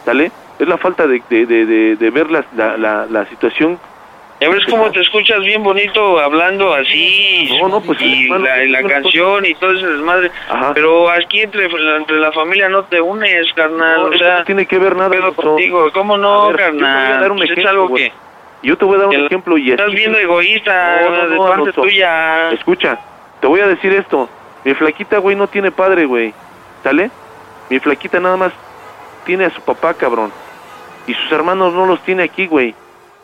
¿Sale? Es la falta de, de, de, de- de ver la, la, la- la situación. Ya ves cómo te escuchas bien bonito hablando así. No, no, pues, Y hermano, la, y la es una canción y todo ese desmadre. Pero aquí entre, la- entre la familia no te unes, carnal. No, o eso sea, no tiene que ver nada pero con eso. contigo. ¿Cómo no, A ver, yo te voy a carnal? dar un Pues es ejemplo, algo güey. que Yo te voy a dar un ejemplo y estás así- viendo egoísta No, no, de no, parte Alonso. tuya. Escucha, te voy a decir esto. Mi flaquita, güey, no tiene padre, güey. ¿Sale? Mi flaquita nada más tiene a su papá, cabrón. Y sus hermanos no los tiene aquí, güey.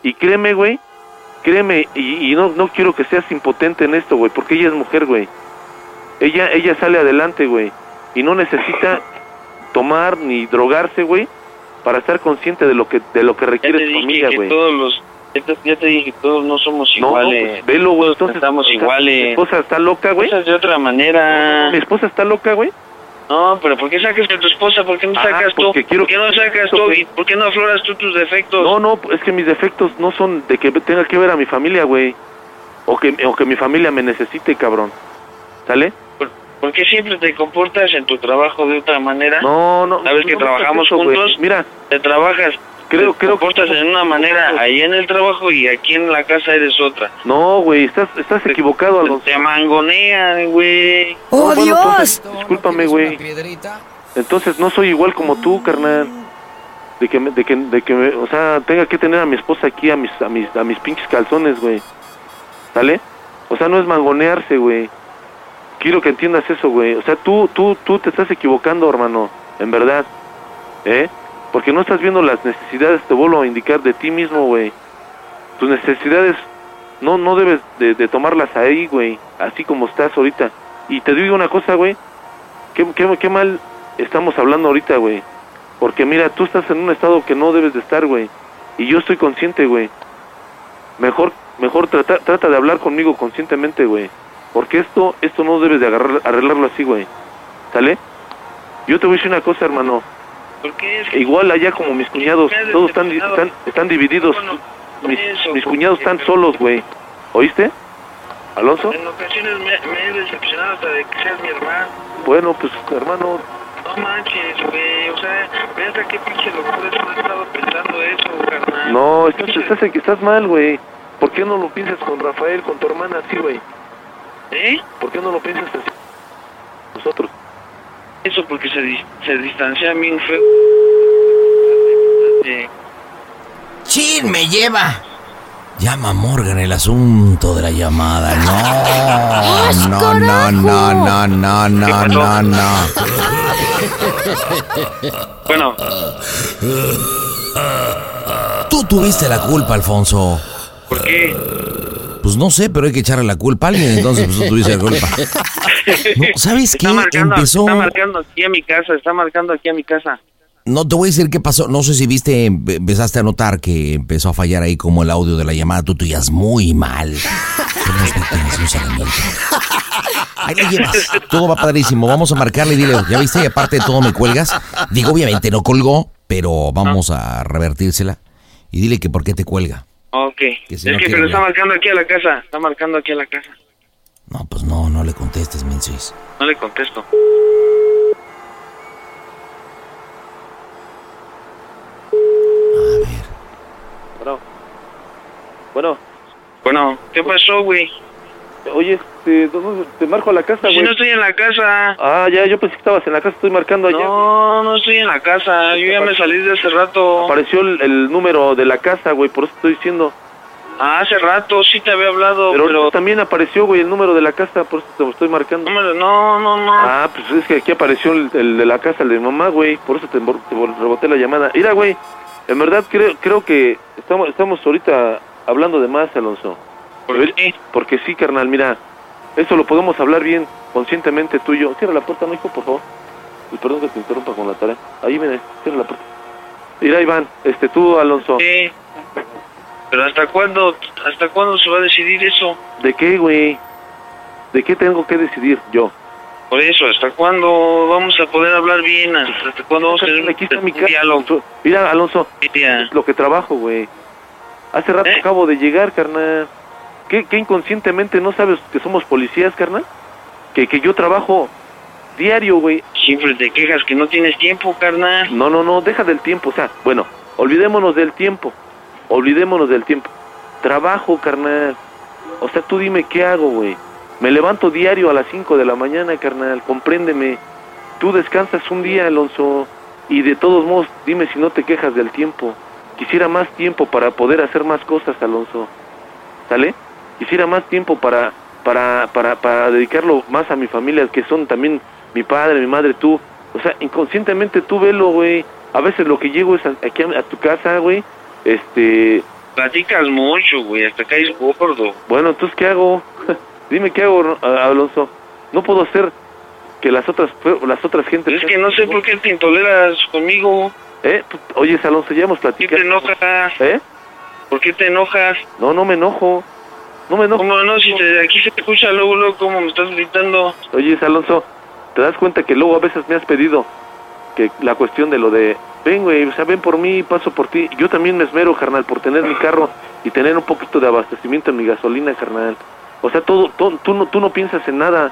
Y créeme, güey. Créeme, y, y no, no quiero que seas impotente en esto, güey, porque ella es mujer, güey. Ella, ella sale adelante, güey. Y no necesita tomar ni drogarse, güey, para estar consciente de lo que, de lo que Ya te requiere su dije familia, que güey. todos los... Ya te, ya te dije que todos no somos No, no, iguales. pues, velo, güey. Entonces, estamos o sea, iguales. Mi esposa está loca, güey. de otra manera. Mi esposa está loca, güey. No, pero ¿por qué sacas a tu esposa? ¿Por qué no Ah, sacas tú? porque quiero- ¿Por qué no sacas tú? ¿Y ¿Por qué no afloras tú tus defectos? No, Oh, no, es que mis defectos no son de que tenga que ver a mi familia, güey. O que, o que mi familia me necesite, cabrón. ¿Sale? ¿Por qué siempre te comportas en tu trabajo de otra manera? No, no. Sabes que no me trabajamos hagas eso, güey. juntos. Mira. Te trabajas. Creo- te creo que- comportas en una manera ahí en el trabajo y aquí en la casa eres otra. No, güey, estás, estás equivocado, Alonso. Te mangonean, güey. ¡Oh, Dios! discúlpame, güey. Entonces no soy igual como tú, carnal. De que, me- de que, de que me- o sea, tenga que tener a mi esposa aquí, a mis, a mis, a mis pinches calzones, güey. ¿Sale? O sea, no es mangonearse, güey. Quiero que entiendas eso, güey. O sea, tú, tú, tú te estás equivocando, hermano. En verdad. ¿Eh? Porque no estás viendo las necesidades, te vuelvo a indicar, de ti mismo, güey. Tus necesidades no, no debes de, de tomarlas ahí, güey. Así como estás ahorita. Y te digo una cosa, güey. ¿Qué, qué, qué mal estamos hablando ahorita, güey. Porque mira, tú estás en un estado que no debes de estar, güey. Y yo estoy consciente, güey. Mejor, mejor trata, trata de hablar conmigo conscientemente, güey. Porque esto, esto no debes de agarrar, arreglarlo así, güey. ¿Sale? Yo te voy a decir una cosa, hermano. ¿Por qué es Igual allá como mis cuñados, me has todos están, di- decepcionado? están, están divididos. Mis, eso, mis cuñados están solos, güey. ¿Oíste? Alonso. En ocasiones me, me he decepcionado hasta de que seas mi hermano. Bueno, pues hermano, No manches, güey. O sea, Piensa qué pinche locura eso, no estaba pensando eso, carnal. No, estás, estás, estás mal, güey. ¿Por qué no lo piensas con Rafael, con tu hermana así, güey? ¿Eh? ¿Por qué no lo piensas así? Nosotros. Eso porque se, dis- se distancian bien feo. Eh, ¡Chin, me lleva! Llama a Morgan el asunto de la llamada. No, no, no, no, no, no, no, no, no. Bueno. Tú tuviste la culpa, Alfonso. ¿Por qué? Pues no sé, pero hay que echarle la culpa a alguien, entonces pues tú tuviste la culpa. No, ¿Sabes qué? Está marcando, Empezó... está marcando aquí a mi casa, está marcando aquí a mi casa. No te voy a decir qué pasó. No sé si viste, empe- empezaste a notar que empezó a fallar ahí como el audio de la llamada. Tú te oías muy mal. Somos víctimas de un seguimiento. Ahí la llevas. Todo va padrísimo. Vamos a marcarle y dile, ¿ya viste? Y aparte de todo, ¿me cuelgas? Digo, obviamente no colgó, pero vamos a revertírsela. Y dile que por qué te cuelga. Ok. Que es si no que quiere pero está hablar. marcando aquí a la casa, está marcando aquí a la casa. No, pues no, no le contestes, Mensuis. No le contesto. Bueno. Bueno. Bueno, ¿qué pasó, güey? Oye, este, ¿dónde- te marco a la casa, Si güey. no estoy en la casa. Ah, ya, yo pensé que estabas en la casa, estoy marcando allá. No, no estoy en la casa. Yo ya me salí de hace rato. Apareció el, el número de la casa, güey, por eso estoy diciendo. Ah, hace rato sí te había hablado, Pero, pero... ahorita también apareció, güey, el número de la casa, por eso te estoy marcando. No, no, no. Ah, pues es que aquí apareció el, el de la casa, el de mi mamá, güey, por eso te, embor- te vol- reboté la llamada. Mira, güey, en verdad creo, creo que estamos, estamos ahorita hablando de más, Alonso. ¿Por qué? Porque sí, carnal, mira, eso lo podemos hablar bien, conscientemente tú y yo. Cierra la puerta, no, hijo, por favor. Y perdón que te interrumpa con la tarea. Ahí viene, cierra la puerta. Mira, Iván, este, tú, Alonso. Sí. Pero ¿hasta cuándo, hasta cuándo se va a decidir eso? ¿De qué, güey? ¿De qué tengo que decidir yo? Por eso, ¿hasta cuándo vamos a poder hablar bien? ¿Hasta hasta cuándo vamos a tener Aquí está mi un casa. diálogo? Alonso. Mira, Alonso, Mira. es lo que trabajo, güey. Hace ¿Eh? rato acabo de llegar, carnal. ¿Qué, qué inconscientemente no sabes que somos policías, carnal? Que, que yo trabajo diario, güey. Siempre pues, te quejas que no tienes tiempo, carnal. No, no, no, deja del tiempo. O sea, bueno, olvidémonos del tiempo. Olvidémonos del tiempo. Trabajo, carnal. O sea, tú dime qué hago, güey. Me levanto diario a las 5 de la mañana, carnal. Compréndeme. Tú descansas un día, Alonso. Y de todos modos, dime si no te quejas del tiempo. Quisiera más tiempo para poder hacer más cosas, Alonso. ¿Sale? Quisiera más tiempo para, para, para, para dedicarlo más a mi familia, que son también mi padre, mi madre, tú. O sea, inconscientemente tú velo, güey. A veces lo que llego es a- aquí a, a tu casa, güey. Este, Platicas mucho, güey, hasta caes gordo. bueno, entonces, ¿qué hago? Dime qué hago, a- Alonso. No puedo hacer que las otras fue- las otras gentes... Es que no sé por qué te intoleras conmigo. ¿Eh? Pues, Oye, Alonso, ya hemos ¿Por qué te platicado. enojas? ¿Eh? ¿Por qué te enojas? No, no me enojo. No me enojo. ¿Cómo no? Si te- aquí se te escucha luego, luego, cómo me estás gritando. Oye, Alonso, ¿te das cuenta que luego a veces me has pedido que la cuestión de lo de, ven, güey, o sea, ven por mí, paso por ti? Yo también me esmero, carnal, por tener mi carro y tener un poquito de abastecimiento en mi gasolina, carnal. O sea, todo, to- tú, no, tú no piensas en nada.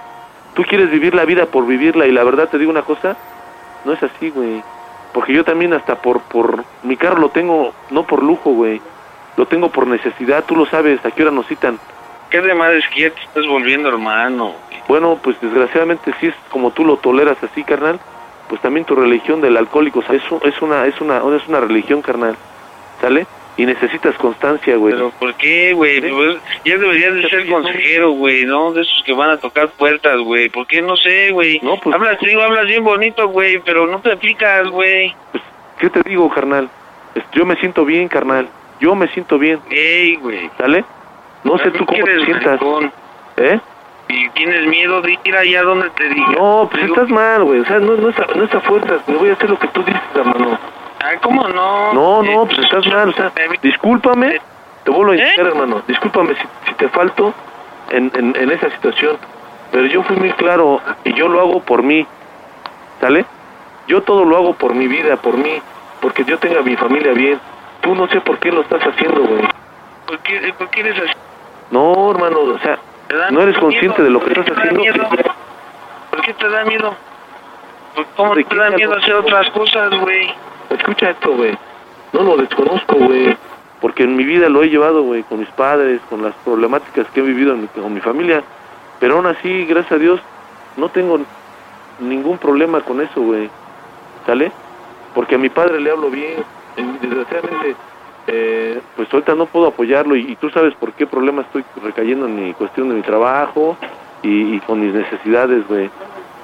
Tú quieres vivir la vida por vivirla y la verdad te digo una cosa, no es así, güey. Porque yo también hasta por, por mi carro lo tengo, no por lujo, güey. Lo tengo por necesidad, tú lo sabes, a qué hora nos citan. ¿Qué de madre es que ya te estás volviendo, hermano? Bueno, pues desgraciadamente si es como tú lo toleras así, carnal, pues también tu religión del alcohólico o sea, es, u- es una es una es una religión, carnal. ¿Sale? Y necesitas constancia, güey. ¿Por qué, güey? Pues, ya deberías de ser consejero, güey, ¿no? De esos que van a tocar puertas, güey. ¿Por qué? No sé, güey. pues- Hablas, te digo, hablas bien bonito, güey, pero no te aplicas, güey. ¿Qué te digo, carnal? Es- Yo me siento bien, carnal. Yo me siento bien. Ey, güey. ¿Sale? No sé tú cómo te eres sientas. maricón. ¿Eh? Y tienes miedo de ir allá donde te diga. No, pues estás mal, güey. O sea, no, no, es a- no es a fuerzas. Me voy a hacer lo que tú dices, hermano. Ah, ¿cómo no? No, no, pues estás eh, mal, o sea, discúlpame, te vuelvo a insistir, hermano, discúlpame si, si te falto en, en, en esa situación, pero yo fui muy claro y yo lo hago por mí, ¿sale? Yo todo lo hago por mi vida, por mí, porque yo tenga a mi familia bien. Tú no sé por qué lo estás haciendo, güey. ¿Por qué, por qué eres así? No, hermano, o sea, ¿Te da no eres miedo? consciente de lo que ¿Por qué estás te da haciendo. miedo? ¿Por qué te da miedo? ¿Cómo te dan miedo hacer otras cosas, güey? Escucha esto, güey. No lo desconozco, güey. Porque en mi vida lo he llevado, güey, con mis padres, con las problemáticas que he vivido en mi- con mi familia. Pero aún así, gracias a Dios, no tengo ningún problema con eso, güey. ¿Sale? Porque a mi padre le hablo bien. Y Desgraciadamente, eh, pues ahorita no puedo apoyarlo. Y, y tú sabes por qué problema estoy recayendo en mi cuestión de mi trabajo y, y con mis necesidades, güey.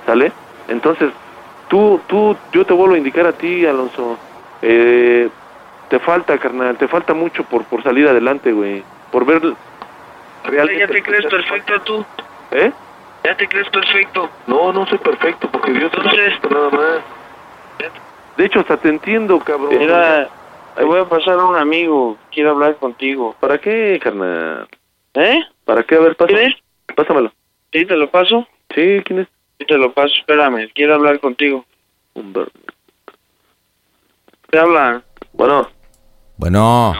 ¿Sale? Entonces, tú, tú, yo te vuelvo a indicar a ti, Alonso. Eh, te falta, carnal, te falta mucho por, por salir adelante, güey. Por ver ¿Ya realmente... te crees perfecto tú? ¿Eh? ¿Ya te crees perfecto? No, no soy perfecto porque Dios es perfecto, nada más. De hecho, hasta te entiendo, cabrón. Mira, te voy a pasar a un amigo. Quiero hablar contigo. ¿Para qué, carnal? ¿Eh? ¿Para qué? A ver, pásame. ¿Quién Pásamelo. ¿Sí te lo paso? Sí, ¿quién es? Sí te lo paso, espérame. Quiero hablar contigo. Humberto. Te habla. Bueno, Bueno,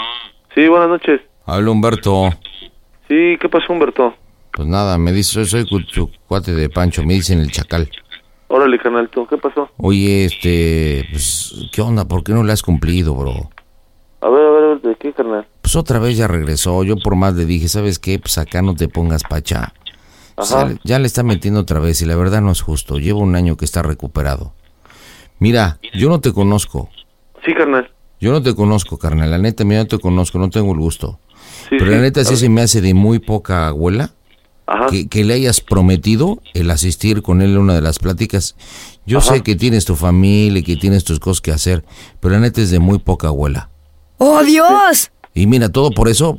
sí, buenas noches. habla Humberto. Sí, ¿qué pasó, Humberto? Pues nada, me dice, soy cu- tu cuate de Pancho, me dicen el chacal. Órale, carnal, tú, ¿qué pasó? Oye, este, pues, ¿qué onda? ¿Por qué no le has cumplido, bro? A ver, a ver, a ver, ¿de qué, carnal? Pues otra vez ya regresó, yo por más le dije, ¿sabes qué? Pues acá no te pongas pacha. Pues Ajá. ya, ya le está metiendo otra vez y la verdad no es justo, lleva un año que está recuperado. Mira, yo no te conozco, Sí, carnal. yo no te conozco, carnal, la neta, mira, no te conozco, no tengo el gusto. Sí, Pero la sí, neta sí claro. se me hace de muy poca abuela que, que le hayas prometido el asistir con él a una de las pláticas. Yo Ajá. sé que tienes tu familia y que tienes tus cosas que hacer, pero la neta es de muy poca abuela. ¡Oh, Dios! Y mira, todo por eso,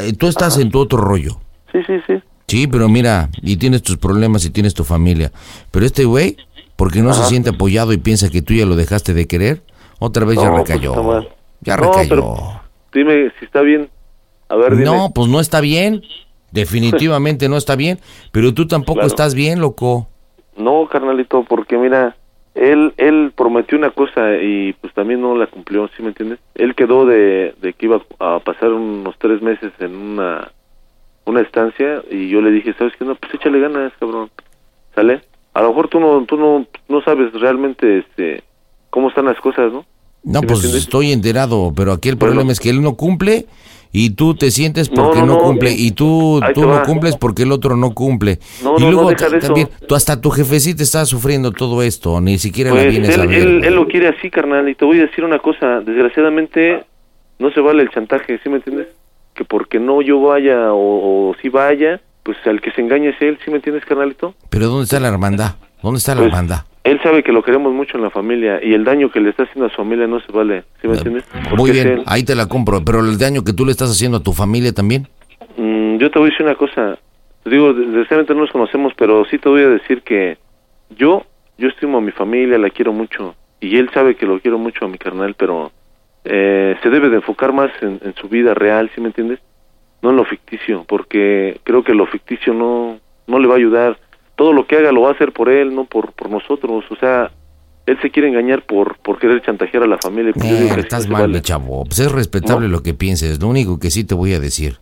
eh, tú estás en tu otro rollo. Sí, sí, sí. Sí, pero mira, y tienes tus problemas y tienes tu familia. Pero este güey, porque no se Ajá. siente apoyado y piensa que tú ya lo dejaste de querer, otra vez ya No, recayó. pues, nomás. ya No, recayó. pero dime si está bien. A ver, dime. No, pues no está bien. Definitivamente no está bien. Pero tú tampoco Claro. estás bien, loco. No, carnalito, porque mira, él él prometió una cosa y pues también no la cumplió, ¿sí me entiendes? Él quedó de, de que iba a pasar unos tres meses en una, una estancia y yo le dije, ¿sabes qué? No, pues échale ganas, cabrón, ¿sale? A lo mejor tú no, tú no, no sabes realmente este, cómo están las cosas, ¿no? No, ¿Sí me pues entiendes? estoy enterado, pero aquí el problema es que él no cumple y tú te sientes No, porque no, no, no. cumple y tú, Ahí tú te no va. cumples porque el otro no cumple. No, y no, no, luego deja de eso. también, tú hasta tu jefecita está sufriendo todo esto, ni siquiera la Pues él, vienes a ver. él, él lo quiere así, carnal, y te voy a decir una cosa, desgraciadamente no se vale el chantaje, ¿sí me entiendes? Que porque no yo vaya o, o si vaya, pues al que se engañe es él, ¿sí me entiendes, carnalito? Pero ¿dónde está la hermandad? ¿Dónde está la Pues, hermandad? Él sabe que lo queremos mucho en la familia y el daño que le está haciendo a su familia no se vale, ¿sí me entiendes? Ah, Muy Porque es bien, él. ahí te la compro, pero el daño que tú le estás haciendo a tu familia también. Mm, yo te voy a decir una cosa, te digo, desgraciadamente no nos conocemos, pero sí te voy a decir que yo, yo estimo a mi familia, la quiero mucho y él sabe que lo quiero mucho a mi carnal, pero... eh, se debe de enfocar más en, en su vida real, ¿sí me entiendes? No en lo ficticio, porque creo que lo ficticio no, no le va a ayudar. Todo lo que haga lo va a hacer por él, no por, por nosotros. O sea, él se quiere engañar por, por querer chantajear a la familia. Pues yo Eh, digo que estás sí, no mal, se vale. chavo. Pues es respetable lo que pienses. Lo único que sí te voy a decir.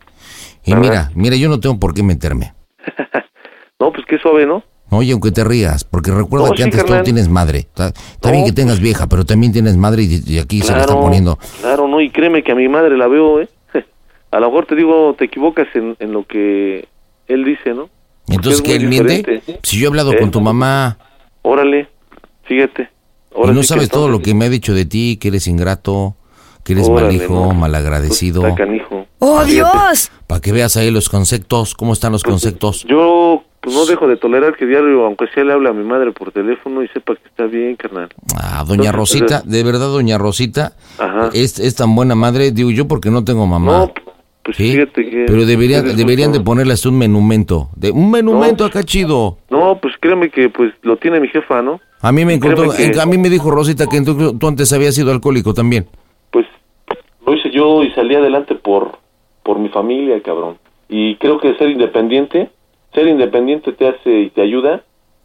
Y Ajá. mira, mira, yo no tengo por qué meterme. No, pues qué suave, ¿no? Oye, aunque te rías, porque recuerda No, que sí, antes tú carnal. tienes madre. Está, está bien que tengas vieja, pero también tienes madre y, y aquí se le está Claro, poniendo. Claro, no, y créeme que a mi madre la veo, ¿eh? A lo mejor te digo, te equivocas en, en lo que él dice, ¿no? Entonces, es ¿que él muy miente? diferente. Si yo he hablado Eh. con tu mamá Órale, fíjate. y Ahora no sí que sabes todo entonces- lo que me ha dicho de ti, que eres ingrato, que eres Órale, mal hijo, no. Pues, malagradecido. Está canijo. ¡Oh, Dios! Para que veas ahí los conceptos, cómo están Pues, los conceptos. Yo pues, no dejo de tolerar que diario, aunque sea le hable a mi madre por teléfono y sepa que está bien, carnal. Ah, Entonces, doña o Rosita, sea- de verdad, doña Rosita, Ajá. es, es tan buena madre, digo yo, porque no tengo mamá. No, pues Sí, fíjate que... Pero debería, que disfruto. deberían de ponerle hasta un menumento. De, un menumento acá chido. No, pues créeme que pues lo tiene mi jefa, ¿no? A mí me encontró, Créeme que- en- a mí me dijo Rosita que tú, tú antes habías sido alcohólico también. Lo hice yo y salí adelante por, por mi familia, cabrón. Y creo que ser independiente, ser independiente te hace y te ayuda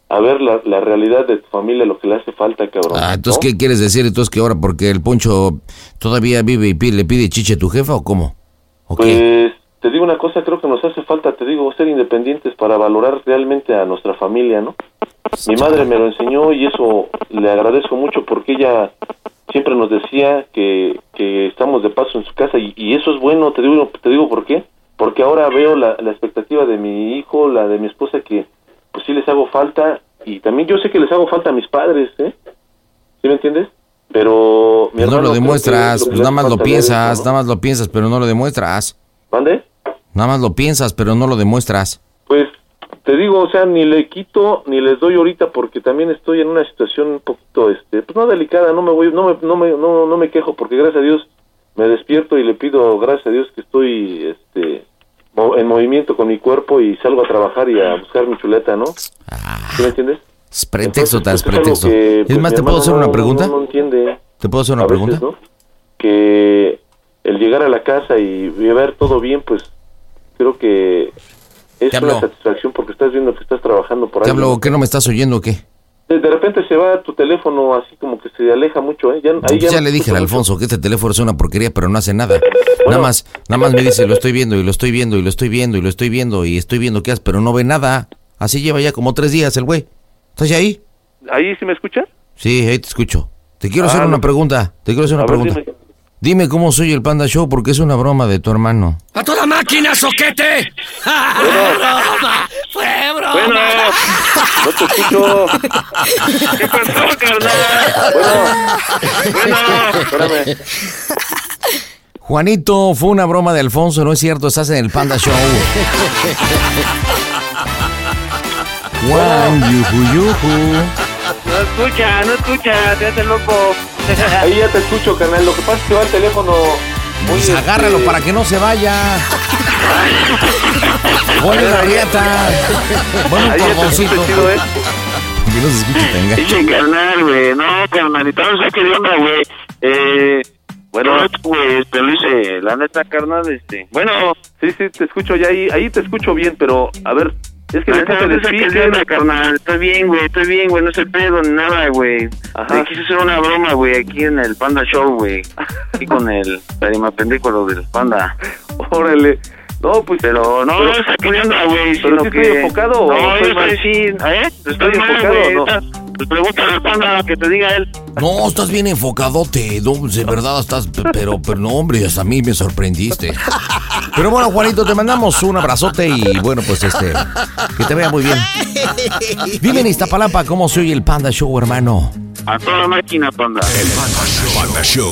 a ver la, la realidad de tu familia, lo que le hace falta, cabrón. Ah, entonces, ¿no? ¿qué quieres decir? Entonces, que ahora porque el poncho todavía vive y pide- le pide chiche a tu jefa o cómo? ¿O qué? Pues te digo una cosa, creo que nos hace falta, te digo, ser independientes para valorar realmente a nuestra familia, ¿no? Mi madre me lo enseñó y eso le agradezco mucho porque ella siempre nos decía que, que estamos de paso en su casa y, y eso es bueno, te digo, te digo por qué, porque ahora veo la, la expectativa de mi hijo, la de mi esposa, que pues sí les hago falta y también yo sé que les hago falta a mis padres, ¿eh? ¿Sí me entiendes? Pero... mi Pero hermano no lo creo que demuestras, lo que pues le nada hace más falta lo a él es- piensas, nada más lo piensas, pero no lo demuestras. ¿Mande? Nada más lo piensas, pero no lo demuestras. Pues te digo, o sea, ni le quito ni les doy ahorita porque también estoy en una situación un poquito, este, pues no delicada, no me voy, no me, no me, no, no me quejo porque gracias a Dios me despierto y le pido gracias a Dios que estoy, este, mo- en movimiento con mi cuerpo y salgo a trabajar y a buscar mi chuleta, ¿no? ¿Sí me entiendes? Es pretexto Entonces, tras pues, es pretexto. algo que, Ah, es pues, más, mi ¿te puedo hermano hacer no- una no- pregunta? No, no entiende ¿Te puedo hacer una a veces, pregunta? ¿no? Que el llegar a la casa y ver todo bien, pues creo que es una Te hablo. satisfacción porque estás viendo que estás trabajando por ¿Te ahí. hablo que no me estás oyendo o qué? De, de repente se va tu teléfono así como que se aleja mucho, ¿eh? Ya, ahí Pues ya ya no le dije al escucho Alfonso que este teléfono es una porquería, pero no hace nada. nada más, nada más me dice, lo estoy viendo y lo estoy viendo y lo estoy viendo y lo estoy viendo y estoy viendo qué haces, pero no ve nada. Así lleva ya como tres días el güey. ¿Estás ahí? ¿Ahí sí me escuchas? Sí, ahí te escucho. Te quiero Ah, hacer una no. pregunta. Te quiero hacer una A ver, pregunta. dime. Dime cómo soy el Panda Show porque es una broma de tu hermano. ¡A toda máquina, soquete! ¡Fue broma! ¡Fue broma! Bueno, no te escucho. ¿Qué pasó, carnal? Espérame. Juanito, fue una broma de Alfonso, no es cierto, estás en el Panda Show. Juan, yuju, yuju. No escucha, no escucha, te hace loco. Ahí ya te escucho, canal. Lo que pasa es que va el teléfono. muy, Pues agárralo este, para que no se vaya. Ponle la riata. Bueno, Ahí ya te carboncito. escucho chido, ¿eh? Que no se escuche tan gacho. Pinche carnal, güey. No, carnalito, no sé qué de onda, güey. Eh, bueno, pues, te lo hice. La neta, carnal, este. Bueno, sí, sí, te escucho ya ahí, ahí te escucho bien, pero a ver, es que No, necesito no, el no sé qué de speaker. onda, carnal. Estoy bien, güey. Estoy bien, güey. No sé pedo ni nada, güey. Ajá. Te quise hacer una broma, güey, aquí en el Panda Show, güey. Aquí con el tarima pendículo del Panda. Órale. No, pues. Pero no, no sé qué de onda, güey. Pero sino sí que... estoy enfocado. o No, estoy yo mal? estoy sí. ¿Eh? ¿Estoy mal, enfocado güey. o no? Estás- Pues pregúntale al Panda que te diga él. No, estás bien enfocadote, no, de verdad estás, pe- pero, pero no, hombre, hasta a mí me sorprendiste. Pero bueno, Juanito, te mandamos un abrazote y bueno, pues este, que te vea muy bien. Dime en Iztapalapa cómo se oye el Panda Show, hermano. A toda máquina, Panda. El Panda Show. Panda Show.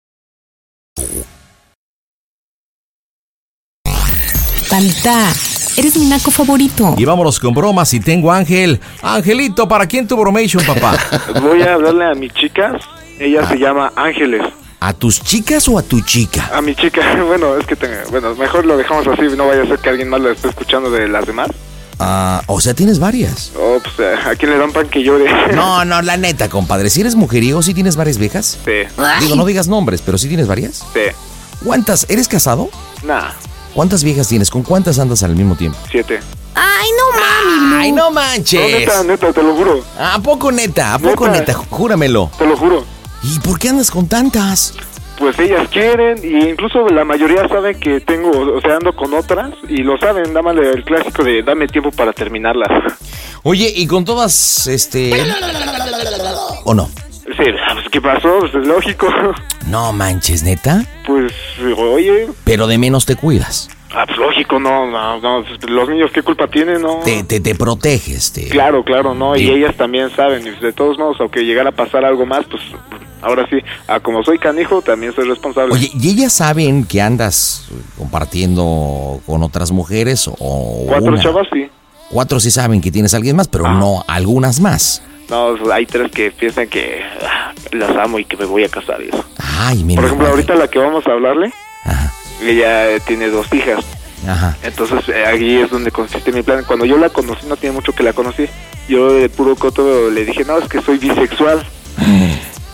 Panta, eres mi naco favorito. Y vámonos con bromas y tengo a Ángel. Angelito, ¿para quién tu bromation, papá? Voy a hablarle a mis chicas. Ella se llama Ángeles. ¿A tus chicas o a tu chica? A mi chica, bueno, es que te- bueno, mejor lo dejamos así, no vaya a ser que alguien más lo esté escuchando de las demás. Ah, o sea, tienes varias. Oh, pues eh, a quién le dan pan que llore. No, no, la neta, compadre, si eres mujeriego, ¿sí tienes varias viejas? Sí. Digo, no digas nombres, pero ¿sí tienes varias? Sí. ¿Cuántas? ¿Eres casado? Nah, ¿Cuántas viejas tienes? ¿Con cuántas andas al mismo tiempo? siete. Ay, no mami. Ay, no manches. No, neta, neta, te lo juro. ¿A poco neta? ¿A poco Neta. neta? Júramelo. Te lo juro. ¿Y por qué andas con tantas? Pues ellas quieren, y incluso la mayoría saben que tengo, o sea, ando con otras, y lo saben, dame el clásico de dame tiempo para terminarlas. Oye, y con todas, este. ¿O no? Sí, dice, "Ah, pues, ¿qué pasó? Pues es lógico. No manches, neta. Pues, oye, Pero de menos te cuidas. ah, pues lógico, no, no, no, pues, los niños qué culpa tienen, ¿no? Te, te, te proteges. Te... Claro, claro, no, y ellas también saben, y de todos modos, aunque llegara a pasar algo más, pues ahora sí, ah, como soy canijo, también soy responsable. Oye, ¿y ellas saben que andas compartiendo con otras mujeres o Cuatro una? chavas, Ah. sí. Cuatro sí saben que tienes a alguien más, pero no algunas más. No, pues, hay tres que piensan que ah, las amo y que me voy a casar y eso. Ay, mira. Por ejemplo, ahorita la que vamos a hablarle, ella eh, tiene dos hijas. Ajá. Entonces eh, ahí es donde consiste mi plan. Cuando yo la conocí, no tiene mucho que la conocí, yo de puro coto le dije, no, es que soy bisexual.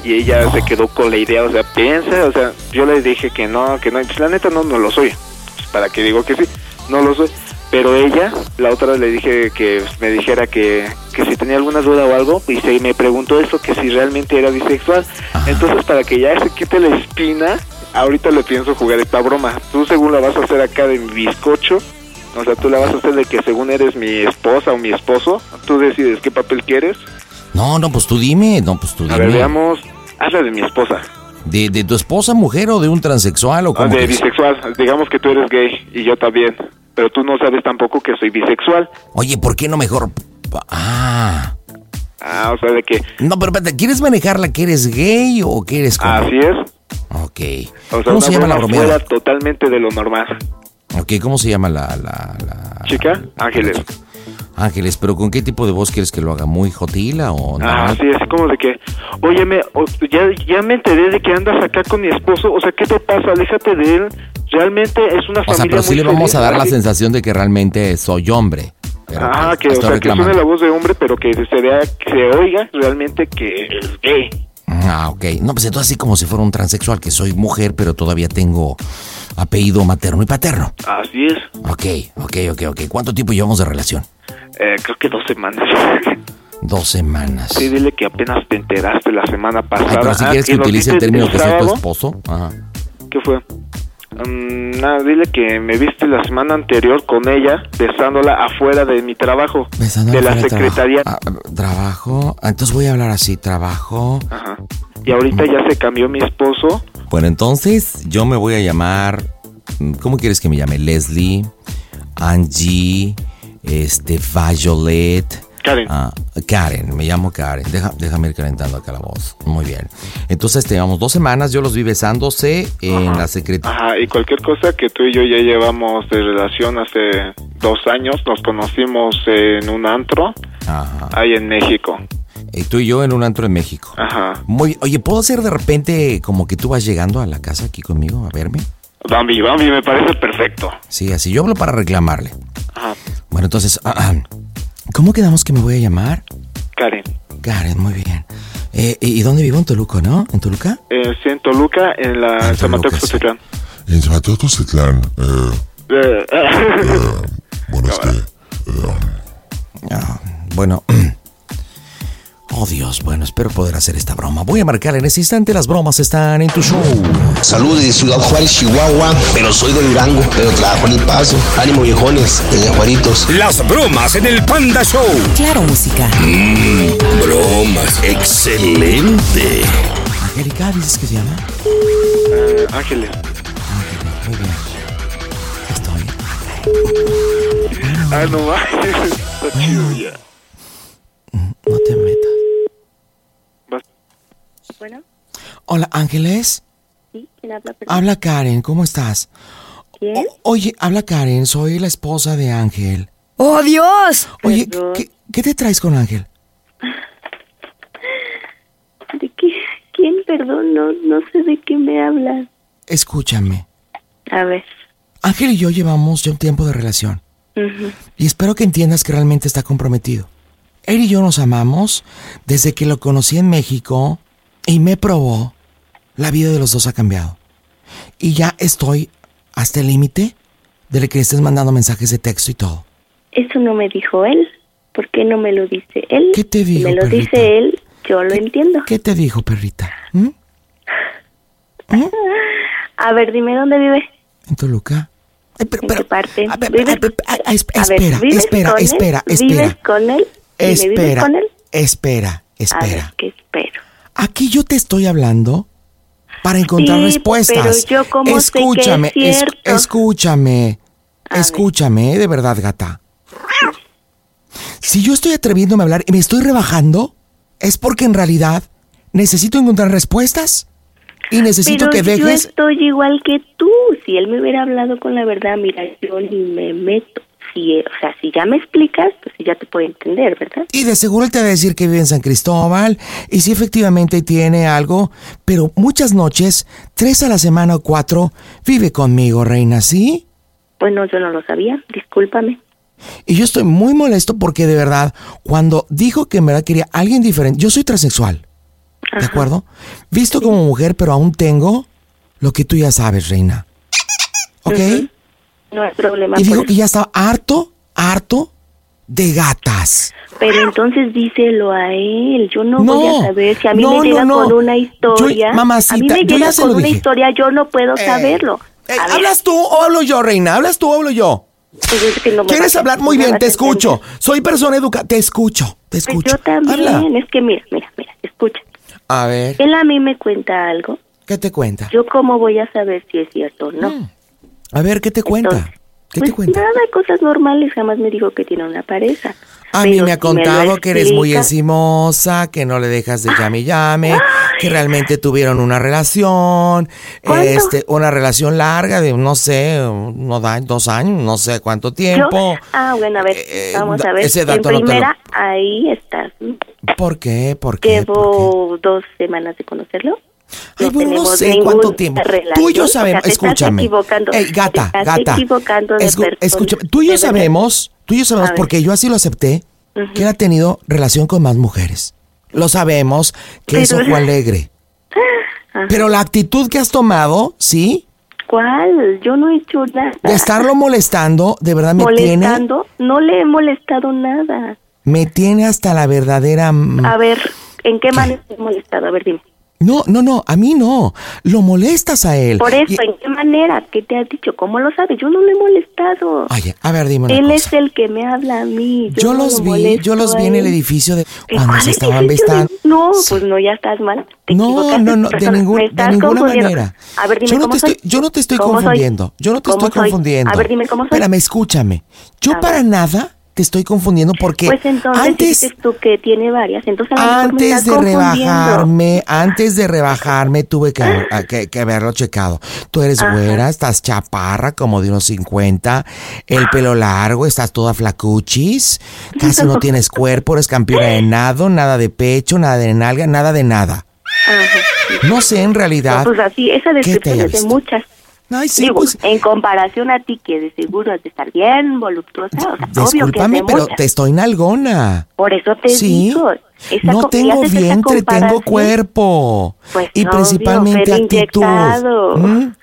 Y ella se quedó con la idea, o sea, piensa, o sea, yo le dije que no, que no, y pues, la neta no, no lo soy. Pues, para que digo que sí, no lo soy. Pero ella, la otra le dije que pues, me dijera que, que si tenía alguna duda o algo, y se me preguntó eso, que si realmente era bisexual. Entonces, para que ya se quite la espina, ahorita le pienso jugar esta broma. Tú según la vas a hacer acá de mi bizcocho, o sea, tú la vas a hacer de que según eres mi esposa o mi esposo, tú decides qué papel quieres. No, no, pues tú dime, no, pues tú dime. A ver, veamos, hazla de mi esposa. ¿De, de tu esposa mujer o de un transexual o Ah, cómo de que es? bisexual, digamos que tú eres gay y yo también, pero tú no sabes tampoco que soy bisexual. Oye, ¿por qué no mejor? Ah. Ah, o sea, de que... No, pero espérate, ¿quieres manejarla que eres gay o que eres como? Así es. O Ok. sea, ¿Cómo una se llama la broma bromera? fuera totalmente de lo normal. Ok, ¿cómo se llama la, la, la- Chica, Ángeles. Ángeles? ¿Pero con qué tipo de voz quieres que lo haga? ¿Muy jotila o Ah, normal? así es, como de que, oye, me, o- ya, ya me enteré de que andas acá con mi esposo, o sea, ¿qué te pasa? Aléjate de él. Realmente es una O sea, familia pero sí muy le vamos feliz, a dar la así. sensación de que realmente soy hombre. Ah, que, o está sea, reclamando. que suene la voz de hombre, pero que se vea, que se oiga realmente que es gay. Ah, ok. No, pues entonces así como si fuera un transexual, que soy mujer, pero todavía tengo apellido materno y paterno. Así es. Ok, ok, ok, ok. ¿Cuánto tiempo llevamos de relación? Eh, creo que dos semanas. Dos semanas. Sí, dile que apenas te enteraste la semana pasada. Ay, pero si Ah, quieres que nos utilice el viste término que pues, soy tu sábado. esposo. Ajá. ¿Qué fue? Mm, nada, dile que me viste la semana anterior con ella besándola afuera de mi trabajo. Besándola de la afuera de trabajo. Ah, secretaría. Trabajo. Ah, Entonces voy a hablar así, trabajo. Ajá. Y ahorita ya se cambió mi esposo. Bueno, entonces yo me voy a llamar. mm, ¿Cómo quieres que me llame? Leslie, Angie, este, Violet. Ah, Karen. Karen, me llamo Karen. Deja- déjame ir calentando acá la voz. Muy bien. Entonces, te llevamos dos semanas. Yo los vi besándose en la secretaria. Ajá, y cualquier cosa que tú y yo ya llevamos de relación hace dos años, nos conocimos en un antro Ajá. ahí en México. Y tú y yo en un antro en México. Ajá. Muy, oye, ¿puedo hacer de repente como que tú vas llegando a la casa aquí conmigo a verme? Bambi, Bambi, me parece perfecto. Sí, así. Yo hablo para reclamarle. Ajá. Bueno, entonces, ¿cómo quedamos que me voy a llamar? Karen, Karen, muy bien. Eh, ¿Y y dónde vivo? En Toluca, ¿no? ¿En Toluca? eh, sí, en Toluca, en la San Mateo Cozotitlán. En San Mateo Tostepán, eh, Eh, bueno, este, es que Ah, bueno. Oh Dios, bueno, espero poder hacer esta broma. Voy a marcar en ese instante, las bromas están en tu show. Saludos de Ciudad Juárez, Chihuahua, pero soy de Durango, pero trabajo en el paso. Ánimo viejones, desde Juaritos. Las bromas en el Panda Show. Claro, música. Mmm, bromas. Excelente. Angélica, ¿dices que se llama? eh, Ángeles. Muy bien. Ah, no manches, Está chido ya. Bueno, Hola, Ángeles. sí, ¿quién habla? Perdón. Habla Karen, ¿cómo estás? ¿Quién? Oye, habla Karen, soy la esposa de Ángel. ¡Oh, Dios! Oye, ¿qué, qué te traes con Ángel? ¿De qué? ¿Quién? Perdón, no, no sé de qué me hablas. Escúchame. A ver. Ángel y yo llevamos ya un tiempo de relación. ujú. Y espero que entiendas que realmente está comprometido. Él y yo nos amamos desde que lo conocí en México y me probó. La vida de los dos ha cambiado. Y ya estoy hasta el límite de que le estés mandando mensajes de texto y todo. Eso no me dijo él. ¿Por qué no me lo dice él? ¿Qué te dijo, Si me lo perrita? dice él, yo lo entiendo. ¿Qué te dijo, perrita? ¿Mm? A ver, dime dónde vive. ¿En Toluca? ¿En qué parte? a ver, ¿Vives- a ver, a- a- es- a ver, espera, ¿vives espera, con él? espera, ¿Vives espera. con él? ¿Me vives Espera, con él? espera, A ver, espera. ¿qué espero? Aquí yo te estoy hablando para encontrar Sí, respuestas. pero yo cómo sé que es escúchame, es- cierto. escúchame, escúchame, ¿eh? de verdad, gata. Si yo estoy atreviéndome a hablar y me estoy rebajando, es porque en realidad necesito encontrar respuestas y necesito Pero que yo dejes. estoy igual que tú. Si él me hubiera hablado con la verdad, mira, yo ni me meto. Si, eh, o sea, si ya me explicas, pues sí ya te puedo entender, ¿verdad? Y de seguro él te va a decir que vive en San Cristóbal y si efectivamente tiene algo, pero muchas noches, tres a la semana o cuatro, vive conmigo, reina, ¿sí? Pues no, yo no lo sabía. Discúlpame. Y yo estoy muy molesto porque de verdad, cuando dijo que en verdad quería a alguien diferente, yo soy transexual, ¿de acuerdo? Visto como mujer, pero aún tengo lo que tú ya sabes, reina. ¿Ok? No hay problema. Y pues. por dijo eso. que ya estaba harto, harto de gatas. Pero entonces díselo a él. Yo no, voy Ah. No, a saber si a mí no, me llega no, no. con una Yo- historia. ¿eh? a mí mamacita, me yo ya llega se con lo una dije. historia, yo no puedo saberlo. Eh, ¿Hablas tú o hablo yo, reina? ¿Hablas tú o hablo yo? Pues ¿Quieres hablar? Muy bien, te escucho. Soy persona educada. Te escucho, te Pues escucho. yo también. Habla. Es que mira, mira, mira, escucha. A ver, Él a mí me cuenta algo. ¿qué te cuenta? Yo cómo voy a saber si es cierto o no. Pues A ver, ¿qué te cuenta? Mm, ¿Qué te cuenta? Nada, cosas normales. Jamás me dijo que tiene una pareja. A mí Pero me ha si lo contado que eres muy explica- encimosa, que no le dejas de llame y llame, que realmente tuvieron una relación, este, una relación larga de no sé, unos da- dos años, no sé cuánto tiempo. Eh, Yo- ah, bueno, a ver, vamos da- a ver. ese en dato no te lo- primera, ahí estás. ¿Por qué? ¿Por qué? Llevo dos semanas de conocerlo. Ay, bueno, no tenemos sé ninguna cuánto tiempo. relación, Tú y yo o sea, sabemos, te estás escúchame. equivocando, Ey, gata, te estás gata. equivocando de Escu- persona. escúchame, tú y yo sabemos, tú y yo sabemos, A ver. porque yo así lo acepté, que él ha tenido relación con más mujeres. Lo sabemos, que es Pero- ojo alegre. Ajá. Pero la actitud que has tomado, ¿sí? ¿Cuál? Yo no he hecho nada. De estarlo molestando, de verdad me tiene, Ah. molestando. No le he molestado nada. me tiene hasta la verdadera... mm, A ver, ¿en qué manera te he molestado? A ver, dime. No, no, no, a mí no. Lo molestas a él. Por eso, Y- ¿en qué manera? ¿Qué te ha dicho? ¿Cómo lo sabes? Yo no le he molestado. Oye, a ver, dime una Él cosa. es el que me habla a mí. Yo, Yo no los lo vi, molesto yo los vi en a el él. edificio de ¿Y cuando cuál se es estaban el sitio de- vestando. No, pues no, ya estás mal. Te No, equivocaste no, no, de, persona. ningún- Me de estás ninguna confundiendo. manera. A ver, dime yo no cómo te soy. estoy, yo no te estoy ¿Cómo soy? confundiendo. Yo no te ¿Cómo estoy soy? confundiendo. A ver, dime cómo soy. Espérame, escúchame. Yo A para nada te estoy confundiendo porque Pues entonces antes dices tú que tiene varias. Entonces a lo mejor pues me antes estás de confundiendo. rebajarme, antes de rebajarme, tuve que, haber- a- que- que haberlo checado. Tú eres Ajá. güera, estás chaparra, como de unos 50, el pelo largo, estás toda flacuchis, casi no tienes cuerpo, eres campeona de nado, nada de pecho, nada de nalga, nada de nada. Ajá. No sé en realidad. Pues así, esa ¿Qué te descripción haya es de visto? muchas. Digo, pues. En comparación a ti, que de seguro has de estar bien voluptuosa. O sea, obvio que es de Discúlpame, pero muchas. te estoy nalgona. Por eso te Sí. digo. esa no co- y tengo haces esa vientre, tengo comparación. cuerpo. Pues y obvio, principalmente pero actitud. inyectado. ¿Mm?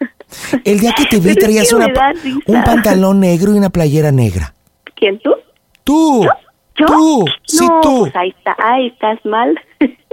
El día que te vi Pero es traías que una me pa- da risa. un pantalón negro y una playera negra. ¿Quién tú? Tú. ¿Yo? Tú. Sí, no, tú. pues ahí está, ahí estás mal.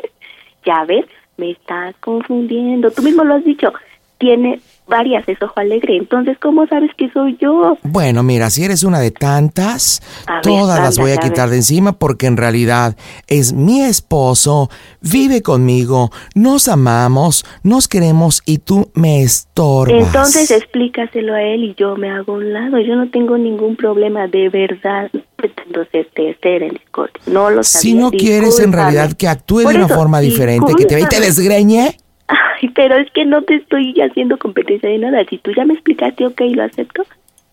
ya ves, me estás confundiendo. Tú mismo lo has dicho. Tiene varias, es ojo alegre. Entonces, ¿cómo sabes que soy yo? Bueno, mira, si eres una de tantas, A ver, todas las voy a ándale, a quitar ver. de encima porque en realidad es mi esposo, vive conmigo, nos amamos, nos queremos y tú me estorbas. Entonces, explícaselo a él y yo me hago a un lado. Yo no tengo ningún problema, de verdad. No pretendo ser tercera en Discord. No lo sabía. si no quieres en discúlpame. realidad que actúe de Por una eso, forma diferente, que te vea y te discúlpame. desgreñe, Ay, pero es que no te estoy haciendo competencia de nada. Si tú ya me explicaste, ok, lo acepto.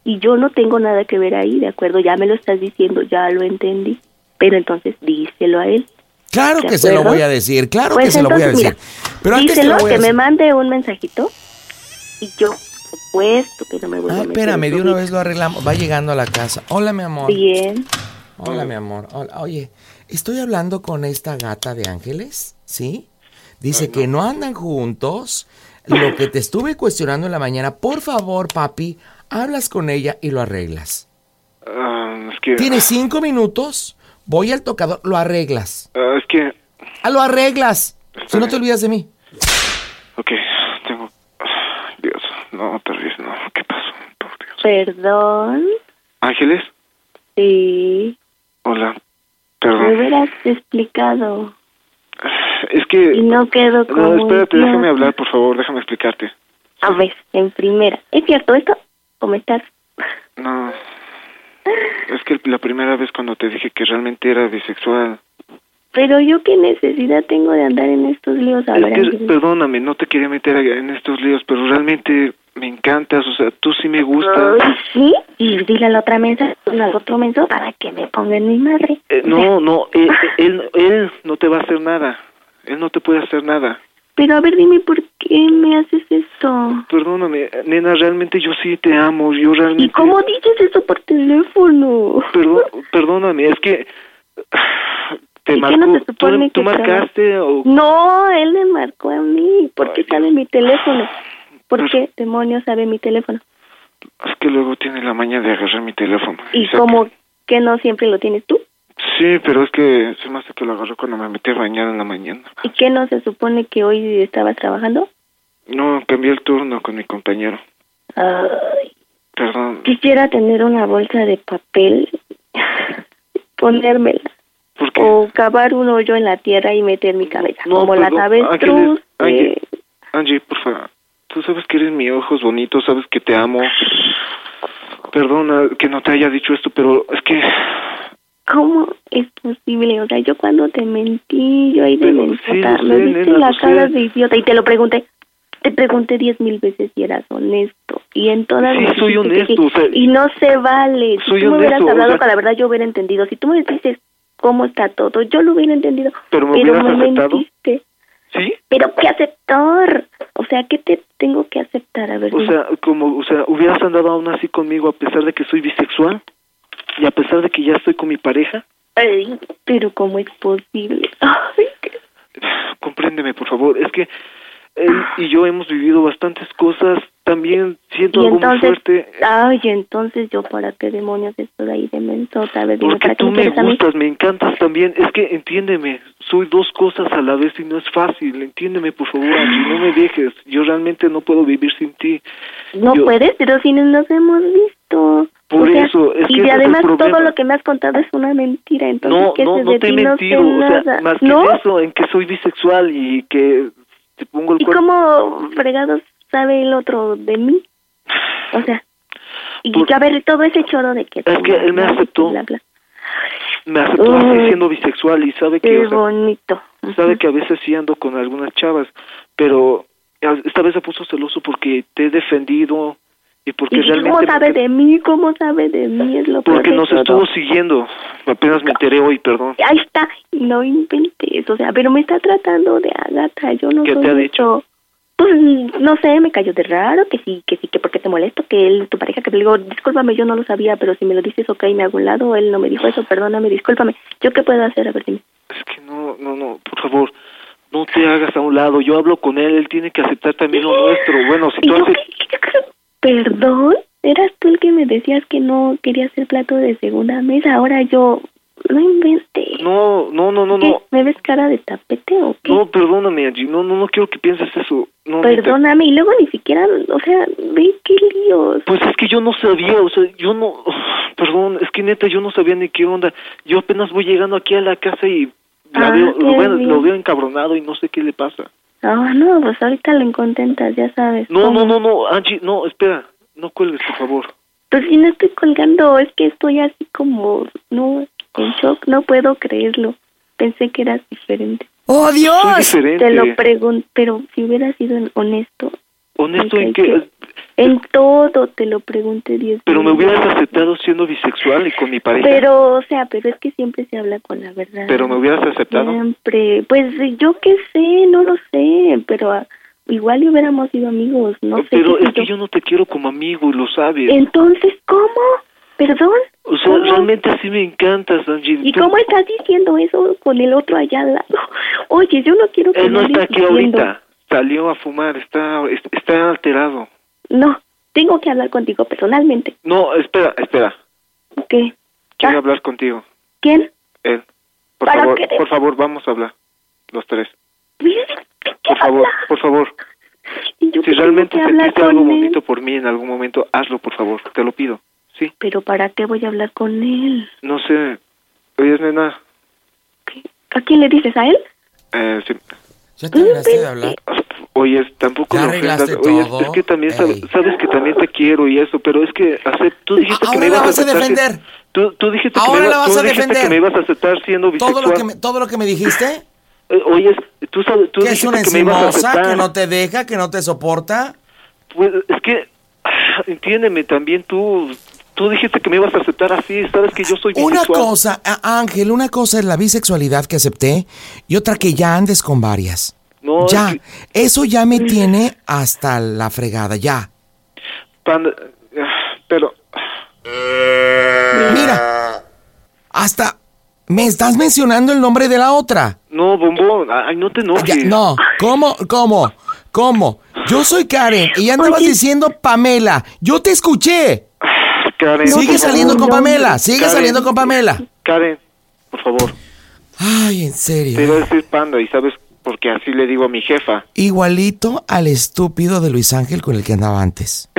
Y yo no tengo nada que ver ahí, ¿de acuerdo? Ya me lo estás diciendo, ya lo entendí. Pero entonces díselo a él. claro ¿De que se lo acuerdo? voy a decir, claro que Pues se lo voy a entonces, decir. Pero antes te díselo, lo voy a que decir. me mande un mensajito. Y yo, por supuesto, que no me voy a Ay, meter Ah, espérame, en de tu una vida. vez lo arreglamos. Va llegando a la casa. Hola, mi amor. Bien. Hola, mi amor. Hola. Oye, estoy hablando con esta gata de Ángeles, ¿sí? Dice que no andan juntos. Lo que te estuve cuestionando en la mañana, por favor, papi, hablas con ella y lo arreglas. Ah, es que. Tienes cinco minutos, voy al tocador, lo arreglas. Ah, es que. Ah, lo arreglas. Si no te olvidas de mí. Ok, tengo. Dios, no te ríes, no. ¿Qué pasó? Perdón. Ángeles, Sí. hola. Me Perdón. hubieras explicado. Es que... Y no quedó como No, espérate, un déjame idiota. hablar, por favor, déjame explicarte. A ver, en primera. ¿Es cierto esto? ¿Cómo estás? No. Es que la primera vez cuando te dije que realmente era bisexual. Pero yo qué necesidad tengo de andar en estos líos ahora. Es que, perdóname, no te quería meter en estos líos, pero realmente me encantas, o sea, tú sí me gustas. Ay, sí, y dile a la otra mensa, al otro menso, para que me pongan mi madre. Eh, no, no, eh, eh, él, él no te va a hacer nada. Él no te puede hacer nada. Pero a ver, dime por qué me haces esto. Perdóname, nena, realmente yo sí te amo, yo realmente... ¿Y cómo dices eso por teléfono? Perdón, perdóname, es que... Te ¿Y qué marcó, no se tú- supone tú, que te- marcaste o... No, él me marcó a mí. ¿Por qué sabe mi teléfono? Pues ¿Por qué demonios sabe mi teléfono? Es que luego tiene la maña de agarrar mi teléfono. ¿Y Saca- como que no siempre lo tienes tú? Sí, pero es que se me hace que lo agarró cuando me metí a bañar en la mañana. ¿Y que no se supone que hoy estabas trabajando? No, cambié el turno con mi compañero. Ay, Perdón. quisiera tener una bolsa de papel, ponérmela. O cavar un hoyo en la tierra y meter mi cabeza. como la perdón, avestruz. Ángeles, eh, Angie, Angie, por favor. Tú sabes que eres mi ojos bonitos, sabes que te amo. Perdona que no te haya dicho esto, pero es que... ¿Cómo es posible? O sea, yo cuando te mentí, yo ahí de Pero mentota, sí, lo me sé, viste nena, la lo cara sé. de idiota y te lo pregunté. Te pregunté diez mil veces si eras honesto y en todas Sí, me soy dijiste que honesto, o sea, y no se vale. Si soy tú me hubieras honesto, o hablado sea- con la verdad, yo hubiera entendido. Si tú me dices cómo está todo, yo lo hubiera entendido. Pero me hubieras aceptado. mentiste. ¿Sí? Pero qué aceptar. O sea, ¿qué te tengo que aceptar? A ver, O dime. sea, como, o sea, hubieras andado aún así conmigo a pesar de que soy bisexual y a pesar de que ya estoy con mi pareja. Ay, pero cómo es posible. Compréndeme, por favor. Es que él y yo hemos vivido bastantes cosas. También siento y algo muy entonces, fuerte. ay, entonces yo para qué demonios estoy ahí de mensota, a ver, dime, Porque ¿para qué tú me me quieres a mí? gustas, me encantas también. Es que entiéndeme, soy dos cosas a la vez y no es fácil. Entiéndeme, por favor, Angie, no me dejes. Yo realmente no puedo vivir sin ti. No Yo- puedes, pero si no nos hemos visto. Por O sea, eso, es que y ese es el además todo problema. lo que me has contado es una mentira, entonces No, que no, se no de te he ti no sé mentido. o sea, nada. más que ¿No? eso, en que soy bisexual y que te pongo el ¿Y cuerpo. cómo fregados sabe el otro de mí? O sea, y que, a ver, todo ese choro de que... Es que él me aceptó. Bla, bla. Me aceptó así Ay. siendo bisexual y sabe que. Qué o sea, bonito. sabe que a veces sí ando con algunas chavas, pero a- esta vez se puso celoso porque te he defendido y porque ¿Y realmente. cómo sabe de mí? ¿Cómo sabe de mí? Es lo peor Porque de nos todo. estuvo siguiendo. Apenas me enteré hoy, perdón. Ahí está, no inventes, o sea, pero me está tratando de Agata, yo no ¿Qué soy te ha eso. dicho? Pues no sé, me cayó de raro, que sí, que sí, que porque te molesto, que él, tu pareja, que le digo, discúlpame, yo no lo sabía, pero si me lo dices, ok, me hago un lado, él no me dijo eso, perdóname, discúlpame, ¿yo qué puedo hacer? A ver, dime. Que no, no, no, por favor, no te hagas a un lado. Yo hablo con él, él tiene que aceptar también lo nuestro. Bueno, si ¿Y tú yo haces. ¿Perdón? Eras tú el que me decías que no querías ser plato de segunda mesa, ahora yo, no inventes. No, no, no, no, ¿Qué? no. ¿Me ves cara de tapete o qué? No, perdóname, Angie. No, no, no quiero que pienses eso. No, neta. Perdóname, y luego ni siquiera, o sea, ve qué líos. Pues es que yo no sabía, o sea, yo no, perdón, es que neta yo no sabía ni qué onda. Yo apenas voy llegando aquí a la casa y la Ah, veo, lo, qué veo, bien. lo veo encabronado y no sé qué le pasa. Ah, no, pues ahorita lo incontentas, ya sabes. No, cómo. no, no, no, Angie, no, espera, no cuelgues, por favor. Pues si no estoy colgando, es que estoy así como, no, en shock, no puedo creerlo. Pensé que eras diferente. ¡Oh, Dios! Soy diferente. Te lo pregunto, pero si hubieras sido honesto, Honesto Ok, en que, ¿qué? en todo te lo pregunté diez pero me mil hubieras veces. aceptado siendo bisexual y con mi pareja. Pero, o sea, pero es que siempre se habla con la verdad. Pero me hubieras aceptado. Siempre, pues yo qué sé, no lo sé, pero ah, igual y hubiéramos sido amigos, no sé. Eh, Pero qué sé es que yo no te quiero como amigo y lo sabes. Entonces, ¿cómo? ¿Perdón? o sea, ¿Cómo? realmente sí me encantas, Angie. ¿Y Tú- cómo estás diciendo eso con el otro allá al lado? Oye, yo no quiero que Él no me está andes aquí diciendo- ahorita. Salió a fumar, está, está alterado. No, tengo que hablar contigo personalmente. No, espera, espera. ¿Qué? Quiero hablar contigo. ¿Quién? Él. Por Ah. ¿Para favor, qué te- por favor, vamos a hablar. Los tres. Por favor, por favor. Si realmente que hablar sentiste con algo él? bonito por mí en algún momento, hazlo, por favor. Te lo pido. Sí. Pero ¿para qué voy a hablar con él? No sé. Oye, nena. ¿A quién le dices? ¿A él? Eh, sí. Mm, Ya terminaste de hablar. Oye, es- tampoco ¿Ya me ofendas. arreglaste Oye, es- todo? es que también sab- Ey. Ah, sabes que también te quiero y eso, pero es que acept- tú dijiste que Ahora me ibas la vas a aceptar si- defender. Tú, tú dijiste que Ahora me, iba- la vas tú a dijiste defender. que me ibas a aceptar siendo bisexual. Todo lo que me, todo lo que me dijiste, Eh, Oye, es- tú sabes, tú que es dijiste una que me ibas a encimosa, aceptar. que no te deja, que no te soporta. Pues es que, entiéndeme también tú, tú dijiste que me ibas a aceptar así, sabes que yo soy Una bisexual. cosa, a- Ángel, una cosa es la bisexualidad que acepté y otra que ya andes con varias. No, es ya, que- eso ya me tiene hasta la fregada, ya. Panda, ah, pero Mira, hasta me estás mencionando el nombre de la otra. no, bombón, ay, no te Ya, enojes. no, ¿cómo? ¿Cómo? ¿Cómo? Yo soy Karen y ya andabas diciendo Pamela. Yo te escuché. Karen, sigue por saliendo favor. con Pamela, sigue Karen, saliendo con Pamela. Karen, por favor, Ay, en te iba serio. a decir panda y sabes porque así le digo a mi jefa. Igualito al estúpido de Luis Ángel con el que andaba antes.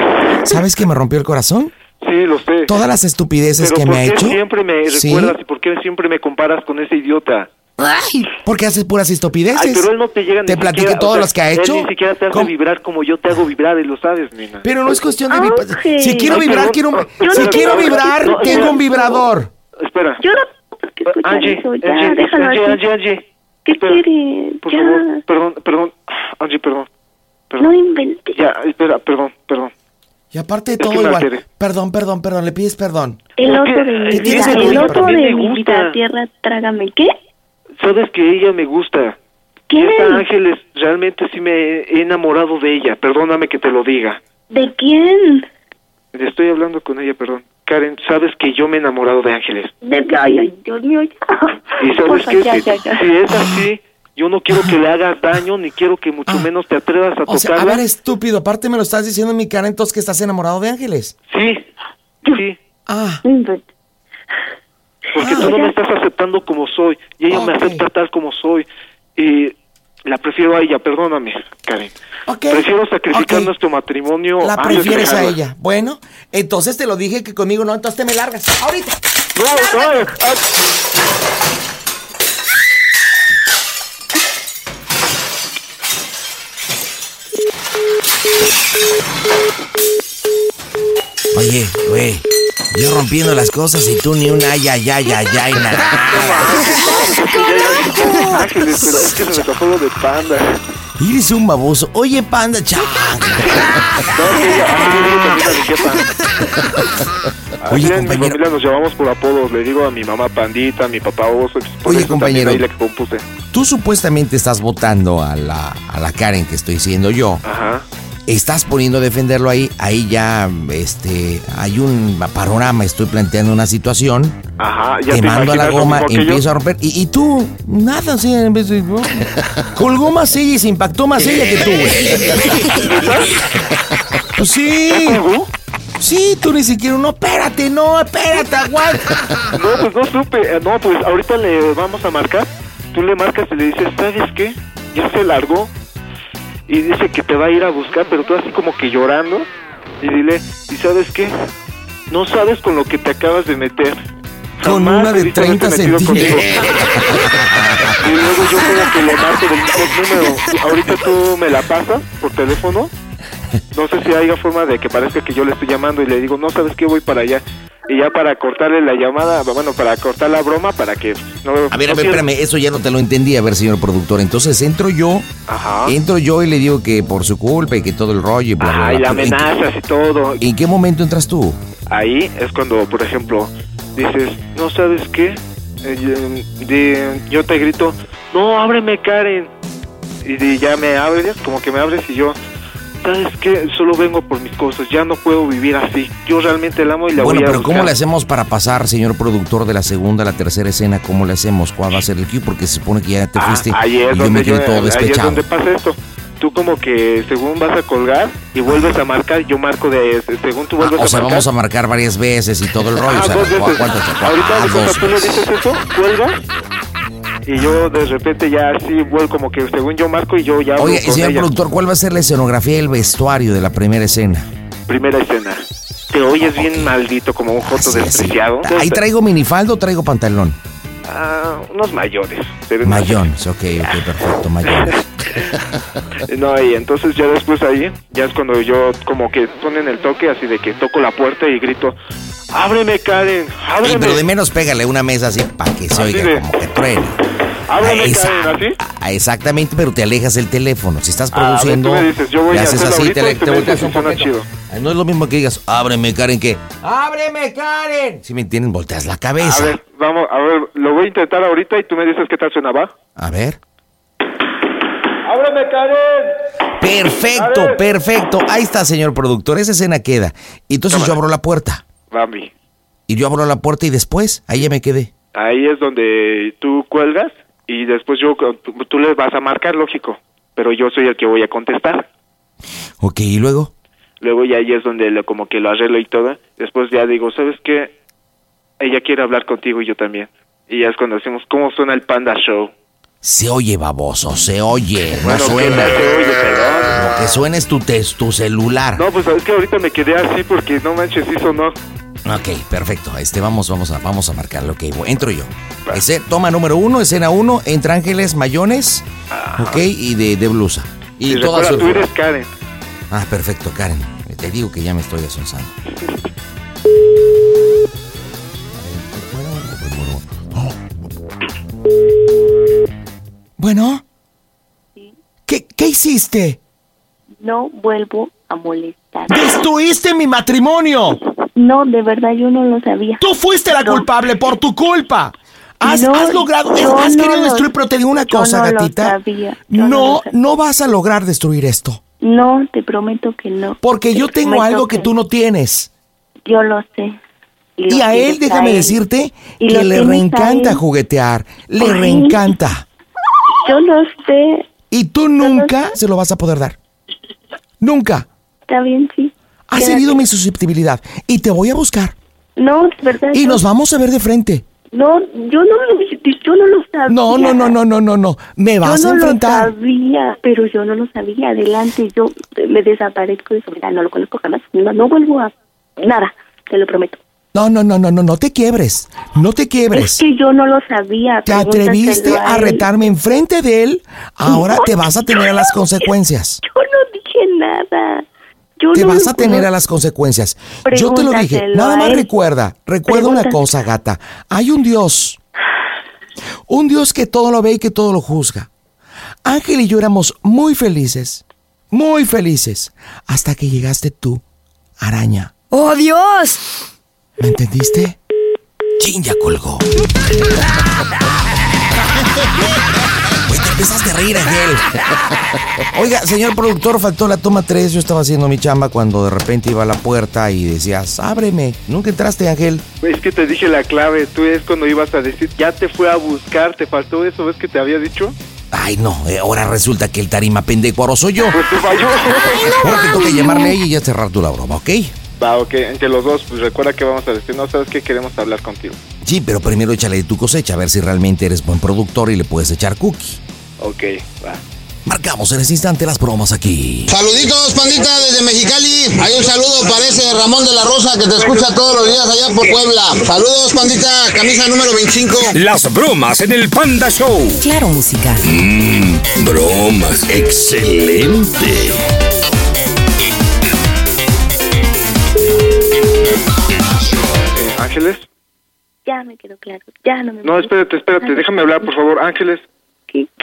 ¿Sabes que me rompió el corazón? Sí, lo sé. Todas las estupideces Pero que ¿por me ha qué hecho. siempre me Sí. recuerdas y por qué siempre me comparas con ese idiota? Ay, porque haces puras estupideces. Ay, pero él no te llega Te ni platiqué siquiera, todos o sea, los que ha él hecho. ni siquiera te hace ¿Cómo? vibrar como yo te hago vibrar y lo sabes, nena. Pero no es cuestión Ah, de vibrar. Ángel. Si quiero Ay, vibrar, perdón. quiero un- Yo no Si te- quiero vibrar, no, tengo espera. un vibrador. Espera. Yo no tengo que escuchar Angie, eso, ya, Angie, déjalo Angie, así. Angie, Angie. ¿Qué Espera, quieres? Por ya, favor, perdón, perdón. Angie, perdón. no inventes. Ya, espera, perdón, perdón. Y aparte de Es que todo me igual. alteré. Perdón, perdón, perdón, le pides perdón. El ¿Por qué? otro de mi ¿Qué vida, tienes que el decir? otro A mí de me mi gusta. vida, tierra, trágame. ¿Qué? Sabes que ella me gusta. ¿Qué? Y esta Ángeles, realmente sí me he enamorado de ella. Perdóname que te lo diga. ¿De quién? Estoy hablando con ella, perdón. Karen, sabes que yo me he enamorado de Ángeles. De... Ay, ay, Dios mío. ya. Y sabes Porfa, que ya, si, ya, ya. si es así, yo no quiero que le hagas daño, ni quiero que mucho menos te atrevas a Ah. O sea, a tocarla. ver, estúpido, aparte me lo estás diciendo en mi cara entonces que estás enamorado de Ángeles. sí, sí. Ah, No inventes. Porque Ah, tú no me estás aceptando como soy y ella me Ok. acepta tal como soy. Y la prefiero a ella, perdóname, Karen. ok. Prefiero sacrificar ok. nuestro matrimonio. La antes Ah, que prefieres a dejarla. ella. Bueno, entonces te lo dije que conmigo no, entonces te me largas. Ahorita. No, no, ah, Oye, güey, yo rompiendo las cosas y tú ni un ay, ay, ay, ay, ay, nada. Ángeles, pero es Ah, que se me tocó lo de panda. Eres un baboso. Oye, panda, chaval. No, es que ella, así le digo también a mi jefa. Así Oye, en mi compañero. familia nos llamamos por apodos. Le digo a mi mamá pandita, a mi papá oso. pues, por Oye, eso también compañero. Ahí la compuse. Tú supuestamente estás votando a la, a la Karen que estoy siendo yo. Ajá. Estás poniendo a defenderlo ahí. Ahí ya este, hay un panorama. Estoy planteando una situación. Ajá, ya te, te mando a la imaginas lo goma, mismo que yo. empiezo a romper. Y, y tú, nada, sí, en vez de. ¿no? Colgó más ella y se impactó más ella que tú, güey. Pues sí. Sí, tú ni siquiera. No, espérate, no, espérate, aguanta. No, pues no supe. Eh, No, pues ahorita le vamos a marcar. Tú le marcas y le dices, ¿sabes qué? Ya se largó. Y dice que te va a ir a buscar, pero tú así como que llorando. Y dile, ¿y sabes qué? No sabes con lo que te acabas de meter. Con Jamás una de debiste haberte 30 metido conmigo". centímetros. Y luego yo como que le marco del mismo número. Ahorita tú me la pasas por teléfono. No sé si haya forma de que parezca que yo le estoy llamando y le digo, no sabes qué, voy para allá. Y ya para cortarle la llamada, bueno, para cortar la broma, para que no... A ver, a ver, espérame, eso ya no te lo entendí. A ver, señor productor. Entonces entro yo. Ajá. Entro yo y le digo que por su culpa y que todo el rollo y bla, bla, Ay, bla. la Pero ¿en qué- amenazas y todo. ¿En qué momento entras tú? Ahí es cuando, por ejemplo, dices, no sabes qué. Eh, y- de- yo te grito, no, ábreme, Karen. Y de- ya me abres, como que me abres y yo, ¿sabes qué? Solo vengo por mis cosas, ya no puedo vivir así. Yo realmente la amo y la Bueno, voy a pero ¿cómo buscar". le hacemos para pasar, señor productor, de la segunda a la tercera escena? ¿Cómo le hacemos? ¿Cuál va a ser el cue? Porque se supone que ya te Ah, fuiste ahí es y yo me donde quedé todo ahí es despechado. donde pasa esto. Tú como que según vas a colgar y vuelves a marcar, yo marco de... Según tú vuelves Ah, o sea, a marcar... vamos a marcar varias veces y todo el rollo. Ah, o sea, dos ¿cu- veces. cuántas- cu- Ahorita ah, cuando dos tú le veces. dices eso, cuelga. Y yo de repente ya así vuelvo como que según yo marco y yo ya hablo Oye, con señor ella. productor, ¿cuál va a ser la escenografía y el vestuario de la primera escena? Primera escena. Te oyes bien maldito como un joto despreciado. Ahí traigo minifaldo o traigo pantalón. Ah, unos mayores. pero no- Mayones, ok, ok, perfecto, mayones. No, y entonces ya después ahí, ya es cuando yo como que ponen el toque así de que toco la puerta y grito, ábreme Karen, Ey, ábreme, pero de menos pégale una mesa así para que se oiga como que truena. ábreme Ah, esa- Karen, así. Ah, Exactamente, pero te alejas del teléfono. Si estás Ah, a ver, produciendo, tú me dices, yo voy le a haces hacerlo así, ahorita te, y tú te me volteas dices un si suena poquito. chido. Ay, No es lo mismo que digas, ábreme, Karen, que... Ábreme Karen. Si me entienden, volteas la cabeza. A ver, vamos, a ver, lo voy a intentar ahorita y tú me dices qué tal sonaba. A ver. Ábreme Karen. Perfecto, perfecto. Ahí está, señor productor. Esa escena queda. Y entonces yo abro la puerta. Bambi, Y yo abro la puerta y después, ahí ya me quedé. ahí es donde tú cuelgas y después yo, tú, tú le vas a marcar, lógico, pero yo soy el que voy a contestar. Ok, y luego, Luego ya ahí es donde lo- como que lo arreglo y todo. Después ya digo, ¿sabes qué? Ella quiere hablar contigo y yo también. Y ya es cuando hacemos, ¿cómo suena el Panda Show? se oye baboso, se oye. No Bueno, suena. que se oye, Lo que suena es tu, tes- tu celular. No, pues sabes que ahorita me quedé así porque no manches, sí sonó. Ok, perfecto. Este, vamos, vamos a, vamos a marcarlo. Ok, bu- entro yo. Ese, toma número uno, escena uno, entra Ángeles Mayones, Ah, ok, y de, de blusa. Y, Y toda recuerda, su tú eres Karen. Ah, perfecto, Karen. Te digo que ya me estoy asonsando. Bueno. ¿Qué, ¿Qué hiciste? No vuelvo a molestar. ¡Destruiste mi matrimonio! No, de verdad yo no lo sabía. Tú fuiste la culpable por tu culpa. Has, No, has logrado, yo has no querido lo- destruir, pero te digo una yo cosa, no lo gatita. sabía, yo No, no lo no, vas a lograr destruir esto. No, te prometo que no. Porque Te yo tengo prometo algo que tú no tienes. Yo lo sé. Y, lo a tienes él, déjame él. decirte, Y que lo le tienes a reencanta él. juguetear. Le Ay. reencanta. Yo lo sé. Y tú nunca se lo vas a poder dar. Nunca. Está bien, sí. Has Quédate. herido mi susceptibilidad. Y te voy a buscar. No, de verdad. Y yo- nos vamos a ver de frente. No, yo no lo, yo no lo sabía. No, no, no, no, no, no, no. Me vas yo a no enfrentar. lo sabía, pero yo no lo sabía. Adelante, yo me desaparezco de su vida. No lo conozco jamás. No, no vuelvo a nada, te lo prometo. No, no, no, no, no, no te quiebres. No te Es quiebres. que yo no lo sabía. Te pregúntaselo atreviste a él. retarme enfrente de él. Ahora te vas a tener a las consecuencias. Yo no dije nada. Yo Te no vas lo a tener a conozco. las consecuencias. Yo te lo dije. Pregúntaselo Nada a más él. recuerda, recuerda una Pregúntaselo. cosa, gata. Hay un Dios. Un Dios que todo lo ve y que todo lo juzga. Ángel y yo éramos muy felices. Muy felices. Hasta que llegaste tú, araña. ¡Oh, Dios! ¿Me entendiste? Chin ya colgó. Güey, te empezaste a reír, Ángel. Oiga, señor productor, faltó la toma 3. Yo estaba haciendo mi chamba cuando de repente iba a la puerta y decías, ábreme. Nunca entraste, Ángel. Es que te dije la clave, tú es cuando ibas a decir, ya te fue a buscar, te faltó eso, ¿ves que te había dicho? Ay, no, eh, ahora resulta que el tarima pendejo ahora soy yo. Pues te falló. Ahora te toca llamarle a ella y ya cerrar tú la broma, ¿ok? Va, ok, entre los dos, pues recuerda que vamos a decir, no sabes que queremos hablar contigo. Sí, pero primero échale de tu cosecha, a ver si realmente eres buen productor y le puedes echar cookie. Ok, va. Marcamos este en ese instante las bromas aquí. Saluditos, pandita, desde Mexicali. Hay un saludo para ese Ramón de la Rosa que te escucha todos los días allá por Puebla. Saludos, pandita, camisa número 25. Las bromas en el Panda Show. Claro, música. Mm, bromas, excelente. Eh, Ángeles, Ya me quedó claro. Ya no me no, espérate, espérate, déjame hablar, por favor, Ángeles.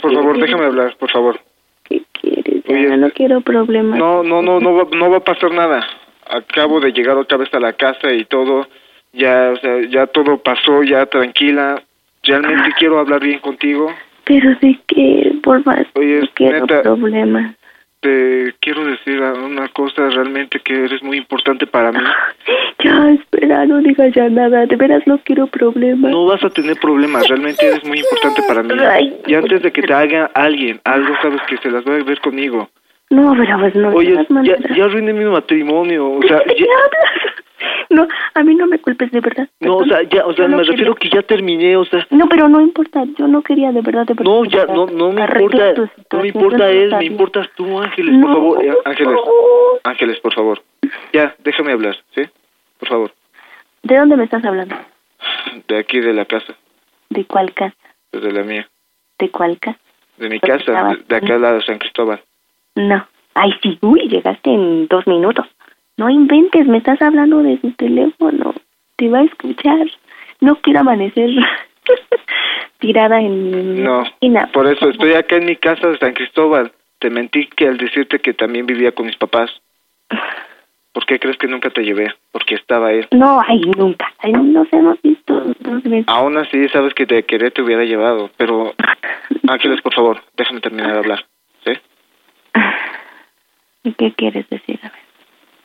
Por favor, déjame hablar, por favor. ¿Qué quieres? No quiero problemas. No, no, no, no va, no va a pasar nada. Acabo de llegar otra vez a la casa y todo, ya, o sea, ya todo pasó, ya tranquila. Realmente quiero hablar bien contigo. Pero de qué, por favor. Oye, no quiero neta. problemas. Te quiero decir una cosa realmente que eres muy importante para mí. Ya, espera, no digas ya nada. De veras no quiero problemas. No vas a tener problemas, realmente eres muy importante para mí. Ay. Y antes de que te haga alguien algo, sabes que se las va a ver conmigo. No, pero pues no. Oye, de todas ya, maneras. ya arruiné mi matrimonio, o sea, ¿De qué ya- hablas? No, a mí no me culpes, de verdad. no, o sea, ya, o sea, Yo no me quería. refiero que ya terminé, o sea, No, pero no importa. Yo no quería, de verdad, de verdad. no, ya, no, no me Arregla importa, tu no me situación, importa yo él, sabía. me importas tú, Ángeles, por No. favor, eh, Ángeles, Ángeles, por favor, ya, déjame hablar, ¿sí? Por favor, ¿De dónde me estás hablando? de aquí de la casa. ¿De cuál casa? pues, de la mía, ¿De cuál casa? de Pues mi casa, de, de acá al lado, San Cristóbal. No. Ay, sí, uy, llegaste en dos minutos. No inventes, me estás hablando de su teléfono. Te va a escuchar. No quiero amanecer tirada en... No, Pues- Y nada. por eso estoy acá en mi casa de San Cristóbal. Te mentí que al decirte que también vivía con mis papás. ¿Por qué crees que nunca te llevé? Porque estaba él. No, ay, nunca. Ay, nos hemos visto dos veces. Aún así, sabes que te quería te hubiera llevado, pero Ángeles, por favor, déjame terminar de hablar, ¿sí? ¿Y qué quieres decir? A ver.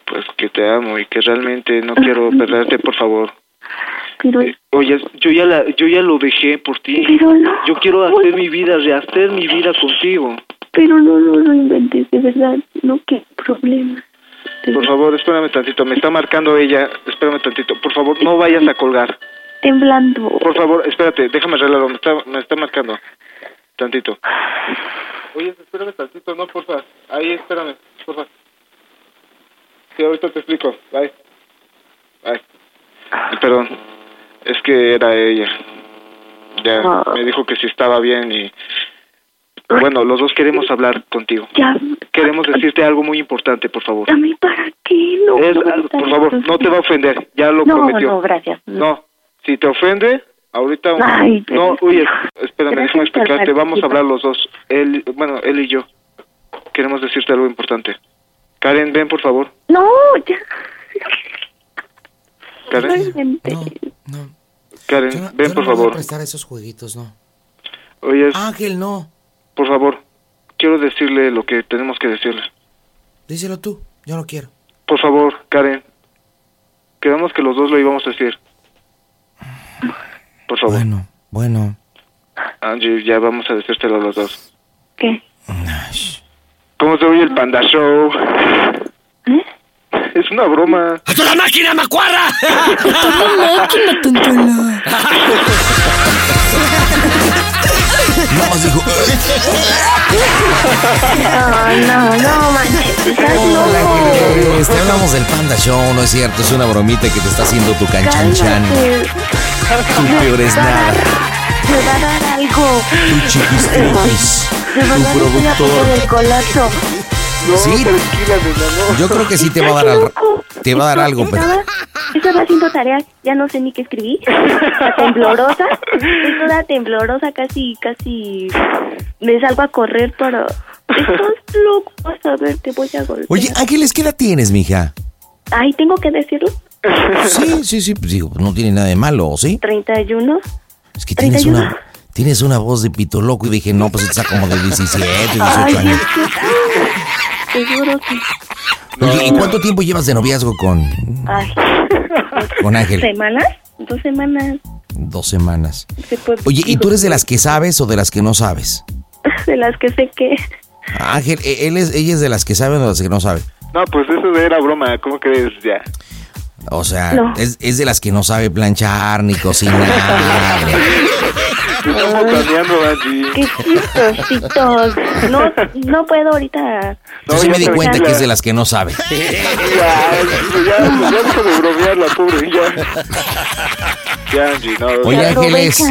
Pues que te amo y que realmente no quiero perderte, por favor. Pero, Oye, yo ya la, yo ya lo dejé por ti. Pero no. Yo quiero hacer mi vida, rehacer mi vida contigo. pero no, no, no inventes, de verdad. No, qué problema. Por favor, espérame tantito. Me está marcando ella. Espérame tantito. Por favor, no vayas a colgar. Temblando. Por favor, espérate. Déjame arreglarlo. Me está, me está marcando. Tantito. Oye, espérame tantito. No, porfa. Ahí, espérame. Porfa. Sí, ahorita te explico. Bye. Bye. Perdón. Es que era ella. Ya, Ah. me dijo que si estaba bien y... Bueno, los dos queremos hablar contigo. Ya, Queremos decirte algo muy importante, por favor. a mí para qué, no. Es- no, ah, por favor, no te va a ofender, ya lo no, prometió. no, gracias. No, si te ofende, ahorita... Ay, no, pero- oye, espérame, déjame explicarte, Alfredito. vamos a hablar los dos. Él, bueno, él y yo. Queremos decirte algo importante. Karen, ven, por favor. No, ya. No Karen, inventes. Yo Karen, no- ven, yo por no voy a favor. prestar esos jueguitos, no. Oye, Ángel, no. por favor, quiero decirle lo que tenemos que decirle. Díselo tú. Yo no quiero. Por favor, Karen. Quedamos que los dos lo íbamos a decir. Por favor. Bueno, bueno. Angie, ya vamos a decírtelo a los dos. ¿Qué? ¿Cómo se oye el Panda Show? ¿Eh? Es una broma. ¡Hazte la máquina, macuarra! Nomás dijo. No, no, manches. ya no. Pues te hablamos del Panda Show, no es cierto, es una bromita que te está haciendo tu canchanchan. Cálmate. Tú peor es nada, Me va a dar algo. tú chiquis De verdad estoy a punto del colapso. Sí, yo creo que sí te va a dar algo. Te va a dar algo, pero. Estaba, estaba haciendo tareas, ya no sé ni qué escribí. La temblorosa, es toda temblorosa, casi, casi me salgo a correr para... Estás loco, vas a ver, te voy a golpear. Oye, Ángeles, ¿qué edad tienes, mija? Ay, tengo que decirlo. Sí, sí, sí, pues digo, no tiene nada de malo, ¿sí? 31. Es que tienes una, tienes una voz de pito loco y dije, no, pues está como de 17, 18 Ay, años. es que- seguro que... Oye, ¿y cuánto tiempo llevas de noviazgo con Ay. Con Ángel. ¿Semanas? Dos semanas. dos semanas? Se puede- Oye, ¿y tú eres de las que sabes o de las que no sabes? De las que sé que... Ángel, e- él es, ella es de las que sabe o de las que no sabe. No, pues eso era broma, ¿cómo crees? Ya. O sea, No. es, es de las que no sabe planchar ni cocinar. Estamos planeando, Angie. Qué chistositos. No, no puedo ahorita. Yo sí me di cuenta que es de las que no sabe. Ya, Angie, ya, ya deja de bromear la pobre, ya. Ya, Angie, no. Oye, Se Ángeles,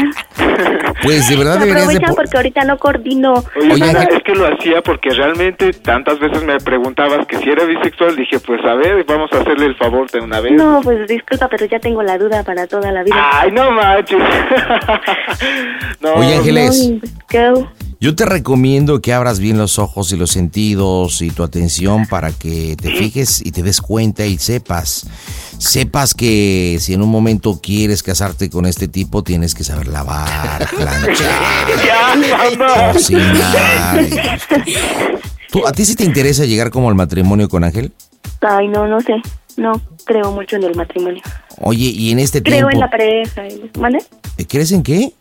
pues de verdad Se deberías de... aprovechan po- porque ahorita no coordino. Oye, nada, es que lo hacía porque realmente tantas veces me preguntabas que si era bisexual. Dije, pues a ver, vamos a hacerle el favor de una vez. No, pues disculpa, pero ya tengo la duda para toda la vida. Ay, no manches. Oye, Ángeles. ¿Qué? Yo te recomiendo que abras bien los ojos y los sentidos y tu atención para que te fijes y te des cuenta y sepas. Sepas que si en un momento quieres casarte con este tipo, tienes que saber lavar, planchar, Ya, mamá. cocinar. ¿Tú- ¿A ti sí te interesa llegar como al matrimonio con Ángel? Ay, no, no sé. No creo mucho en el matrimonio. Oye, y en este Creo en tiempo... la pareja. en- ¿Mande? ¿Crees en qué?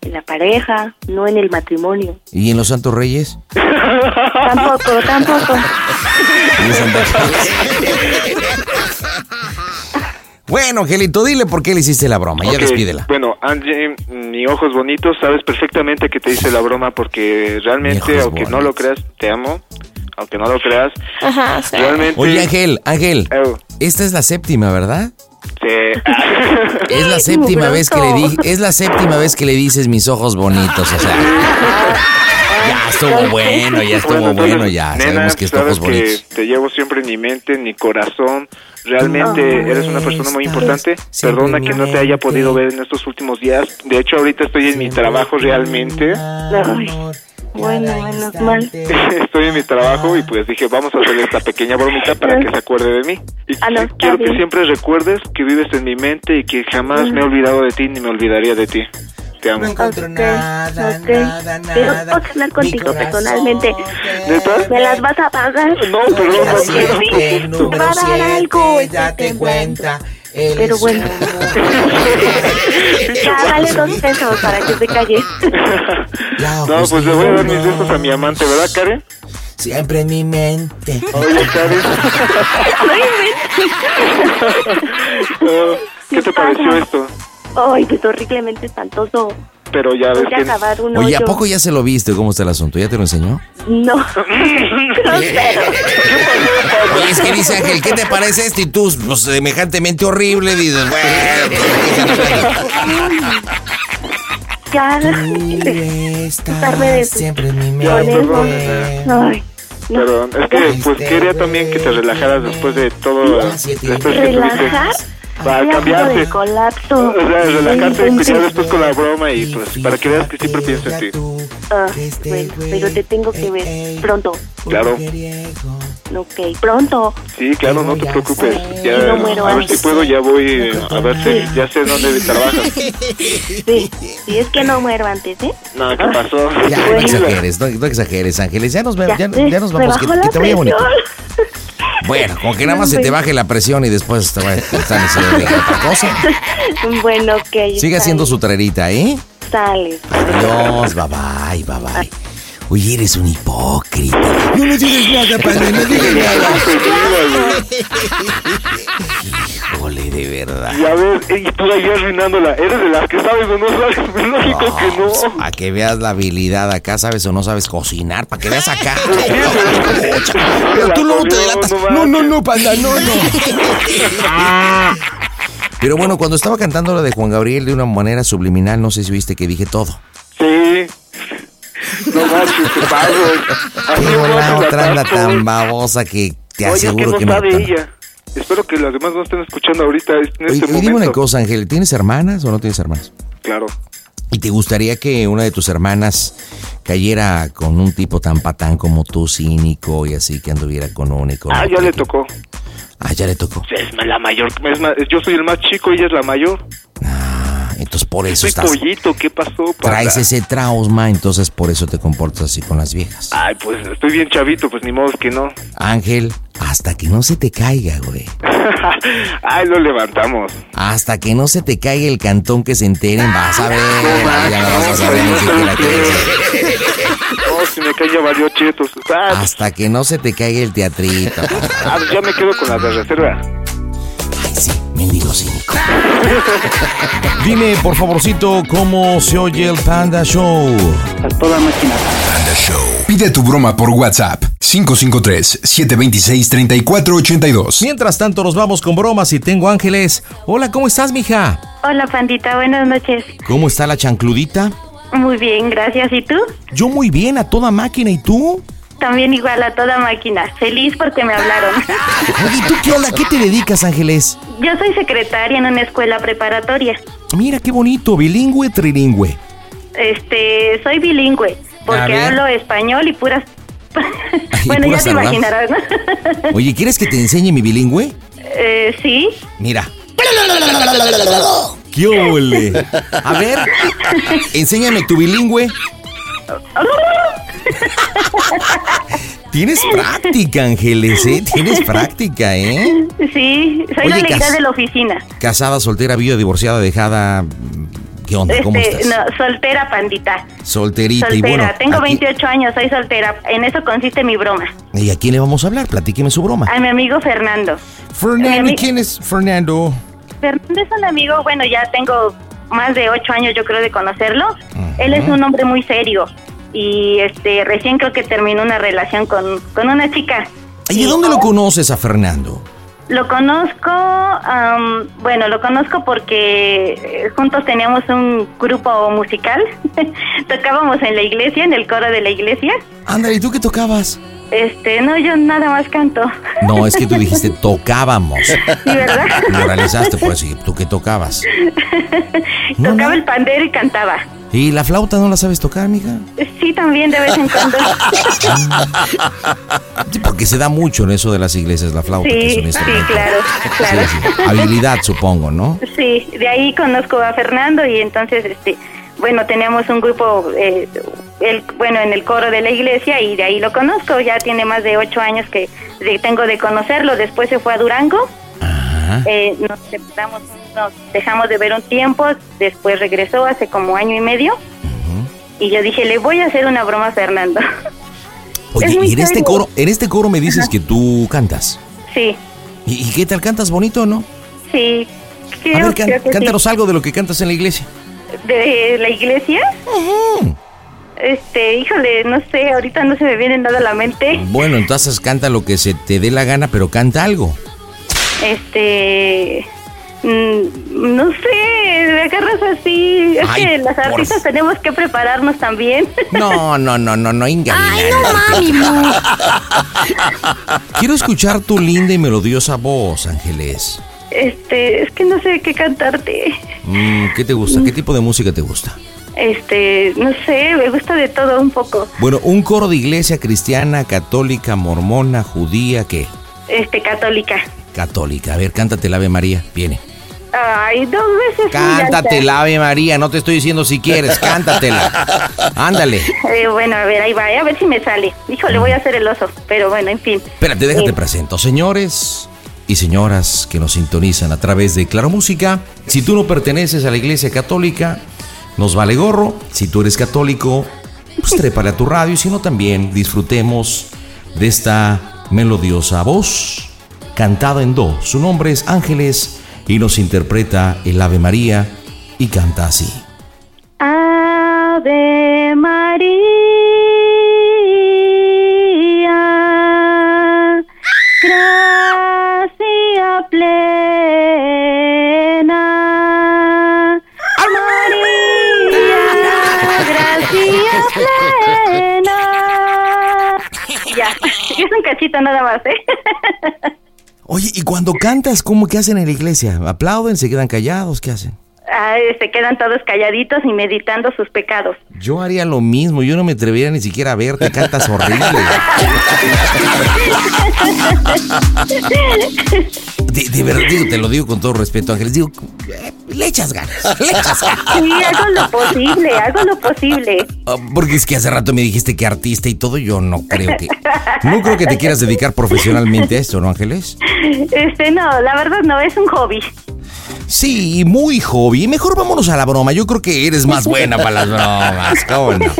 En la pareja, no en el matrimonio. ¿Y en los Santos Reyes? tampoco, tampoco. Y en Santa Claus. Bueno, Angelito, dile por qué le hiciste la broma. Ya Ok, despídela. Bueno, Angie, mi ojos bonitos, sabes perfectamente que te hice la broma porque realmente, Mijos aunque no lo creas, te amo. Aunque no lo creas, Ajá, realmente. Oye, Ángel, Ángel. Eh, Esta es la séptima, ¿verdad? sí, Este. Es la séptima vez que le di, es la séptima vez que le dices mis ojos bonitos, o sea. Ah, Ya Ah, estuvo bueno, ya estuvo bueno, entonces, ya nena, sabemos que es sabes ojos bonitos. Te llevo siempre en mi mente, en mi corazón. Realmente No eres una persona muy estás importante. siempre Perdona en mi que no te haya podido ver en estos últimos días. De hecho, ahorita estoy en mi trabajo realmente. Bueno, menos mal. Estoy en mi trabajo y pues dije, vamos a hacer esta pequeña bromita para que se acuerde de mí. Y Ah, no, está quiero que bien. siempre recuerdes que vives en mi mente y que jamás me he olvidado de ti ni me olvidaría de ti. Te amo. Ok, Pero tengo que hablar contigo personalmente. ¿Me las vas a pagar? No, perdón, no, Te va a dar algo. Date pues cuenta. pues Pero bueno. ya, dale dos pesos para que se calle. Ah, No, pues le voy a dar mis besos a mi amante, ¿verdad, Karen? Siempre en mi mente. Oye, Karen. ¿Qué te pareció esto? Ay, pues horriblemente espantoso. Pero ya ves Voy a que... Pues acabar un Oye, ¿a hoyo. poco ya se lo viste? ¿Cómo está el asunto? ¿Ya te lo enseñó? No. Grosero. Oye, es que dice Ángel, ¿qué te parece esto? Y tú, pues, semejantemente horrible, dices, bueno. Ya. Quitarme de sus siempre mi Ya, perdón. Eh, Ay, no. Perdón, es este, que pues quería también que te relajaras después de todo el estrés que tuviste. ¿Relajar? Para Estoy a punto cambiarte. de colapso. O sea, relajarte y Estoy pelear sensible. después con la broma y pues para que veas que siempre pienso en ti. Ah, bueno, pero te tengo que ver pronto. Claro. Ok, pronto. Sí, claro, no te preocupes. Ya, No muero a ver antes. si puedo, ya voy eh, a ver si ya sé dónde trabajas. Sí, sí, es que no muero antes, ¿eh? No, ¿qué pasó? Ya, no Pues exageres, no, no exageres, Ángeles. Ya nos, ve- ya, ya nos me vamos, que, bajó la que te vaya bonito. presión. Bueno, con que nada más se te baje la presión y después te va a estar diciendo otra cosa. Bueno, ok. Sigue está haciendo su trerita, ¿eh? bien. Sale. Adiós, bye bye, bye bye. Oye, eres un hipócrita. No me digas nada, padre, no digas nada. Híjole, de verdad. Ya ves, eh, y tú ahí arruinándola. Eres de las que sabes o no sabes. Es lógico que no. Para que veas la habilidad acá, sabes o no sabes cocinar, para que veas acá. Pero tú luego te delatas. No, no, no, panda, no, no. Pero bueno, cuando estaba cantando la de Juan Gabriel de una manera subliminal, no sé si viste que dije todo. Sí. No manches, te pago. Así Pero me vas la a otra tratar, anda pobre. tan babosa que te Oye, aseguro ¿qué que no me sabe ella? Espero que las demás no estén escuchando ahorita en este Oye, momento. dime una cosa, Ángel, ¿tienes hermanas o no tienes hermanas? Claro. ¿Y te gustaría que una de tus hermanas cayera con un tipo tan patán como tú, cínico y así, que anduviera con una y con Ah, otra? ya le tocó. Ah, ya le tocó. Es la mayor. Es ma- yo soy el más chico y ella es la mayor. Entonces por eso Soy estás... pollito, ¿qué pasó? panda? Traes ese trauma, entonces por eso te comportas así con las viejas. Ay, pues estoy bien chavito, pues ni modo que no. Ángel, hasta que no se te caiga, güey. Ay, lo levantamos. Hasta que no se te caiga el cantón que se enteren, vas a ver. ya la vas a saber ni siquiera qué decir. No, si me cae ya valió chetos. Ah, Hasta que no se te caiga el teatrito. ah, pues ya me quedo con las de reserva. Ay, sí, mendigo cínico. Dime, por favorcito, cómo se oye el Panda Show. Toda máquina. Pide tu broma por WhatsApp 553-726-3482. Mientras tanto, nos vamos con bromas y tengo ángeles. Hola, ¿cómo estás, mija? Hola, pandita, buenas noches. ¿Cómo está la chancludita? Muy bien, gracias. ¿Y tú? Yo muy bien, a toda máquina. ¿Y tú? También igual a toda máquina. Feliz porque me hablaron. Oye, ¿tú qué onda? ¿Qué te dedicas, Ángeles? Yo soy secretaria en una escuela preparatoria. Mira qué bonito, bilingüe, trilingüe. Este, soy bilingüe Ah, A porque ver. hablo español y puras... bueno, puras ya te salvadas. imaginarás, ¿no? Oye, ¿quieres que te enseñe mi bilingüe? Eh, sí. Mira. ¡Qué ole! A ver, enséñame tu bilingüe. Tienes práctica, Ángeles, ¿eh? Tienes práctica, ¿eh? Sí, soy la Oye, única Cas- de la oficina. Casada, soltera, viuda, divorciada, dejada. mm, ¿Qué onda? ¿Cómo Este, estás? no, soltera, pandita. Solterita y soltera. bueno. Tengo ¿a qui- 28 años, soy soltera. En eso consiste mi broma. ¿Y a quién le vamos a hablar? Platíqueme su broma. A mi amigo Fernando. Mi ami- ¿quién es Fernando? Fernando es un amigo, bueno, ya tengo más de ocho años yo creo de conocerlo. Él es un hombre muy serio y este recién creo que terminó una relación con, con una chica. ¿Y de dónde lo conoces a Fernando? Lo conozco, am, bueno, lo conozco porque eh, juntos teníamos un grupo musical. Tocábamos en la iglesia, en el coro de la iglesia. Ándale, ¿y tú qué tocabas? Este, no, yo nada más canto. No, es que tú dijiste tocábamos. Sí, ¿verdad? Moralizaste por eso. pues, ¿y ¿Tú qué tocabas? Tocaba el pandero y cantaba. ¿Y la flauta no la sabes tocar, mija? Sí, también de vez en cuando. Ah, Sí, Porque se da mucho en eso de las iglesias la flauta, que es un Sí, sí, instrumento. claro, claro. Sí, sí. Habilidad, supongo, ¿no? Sí, de ahí conozco a Fernando y entonces, este, bueno, teníamos un grupo, eh, el, bueno, en el coro de la iglesia y de ahí lo conozco. Ya tiene más de ocho años que de- tengo de conocerlo. Después se fue a Durango. Eh, nos separamos, nos dejamos de ver un tiempo. Después regresó hace como año y medio. Y yo dije, le voy a hacer una broma a Fernando. Oye, Es muy y en este serio. coro, en este coro me dices que tú cantas. sí, ¿Y, y qué tal cantas bonito o no? sí. A Creo, ver, can- creo que sí. cántanos algo de lo que cantas en la iglesia. de la iglesia. Este, híjole, no sé, ahorita no se me viene nada a la mente. Bueno, entonces canta lo que se te dé la gana, pero canta algo. Este, mm, no sé, me agarras así. Es Ay, que las por artistas tenemos que prepararnos también. No, no, no, no, no, Inga. Ay, no mami, no. Quiero escuchar tu linda y melodiosa voz, Ángeles. Este, es que no sé qué cantarte. Mm, ¿Qué te gusta? ¿Qué tipo de música te gusta? Este, no sé, me gusta de todo un poco. Bueno, un coro de iglesia cristiana, católica, mormona, judía, ¿qué? Este, católica. Católica. A ver, cántate el Ave María. Viene. Ay, dos veces. muy alta. Cántate el Ave María. No te estoy diciendo si quieres. Cántatela. Ándale. Eh, bueno, a ver, ahí va, eh, a ver si me sale. Híjole, voy a hacer el oso, pero bueno, en fin. Espérate, déjate Eh, presento. Señores y señoras que nos sintonizan a través de Claro Música, si tú no perteneces a la iglesia católica, nos vale gorro. Si tú eres católico, pues trépale a tu radio. Y si no, también disfrutemos de esta melodiosa voz cantada en do. Su nombre es Ángeles y nos interpreta el Ave María y canta así. Ave María, gracia plena. María, gracia plena. Ya, es un cachito nada más, ¿eh? Oye, ¿y cuando cantas, cómo qué hacen en la iglesia? ¿Aplauden? ¿Se quedan callados? ¿Qué hacen? Ay, se quedan todos calladitos y meditando sus pecados. Yo haría lo mismo, yo no me atrevería ni siquiera a verte, cantas horrible. De, de verdad, digo, te lo digo con todo respeto, Ángeles, digo, le echas ganas, le echas ganas. Sí, hago lo posible, hago lo posible. Ah, Porque es que hace rato me dijiste que artista y todo, yo no creo que... No creo que te quieras dedicar profesionalmente a esto, ¿no, Ángeles? Este, no, la verdad no, es un hobby. Sí, muy hobby. Mejor vámonos a la broma, yo creo que eres más buena para las bromas, ¿cómo no? Yo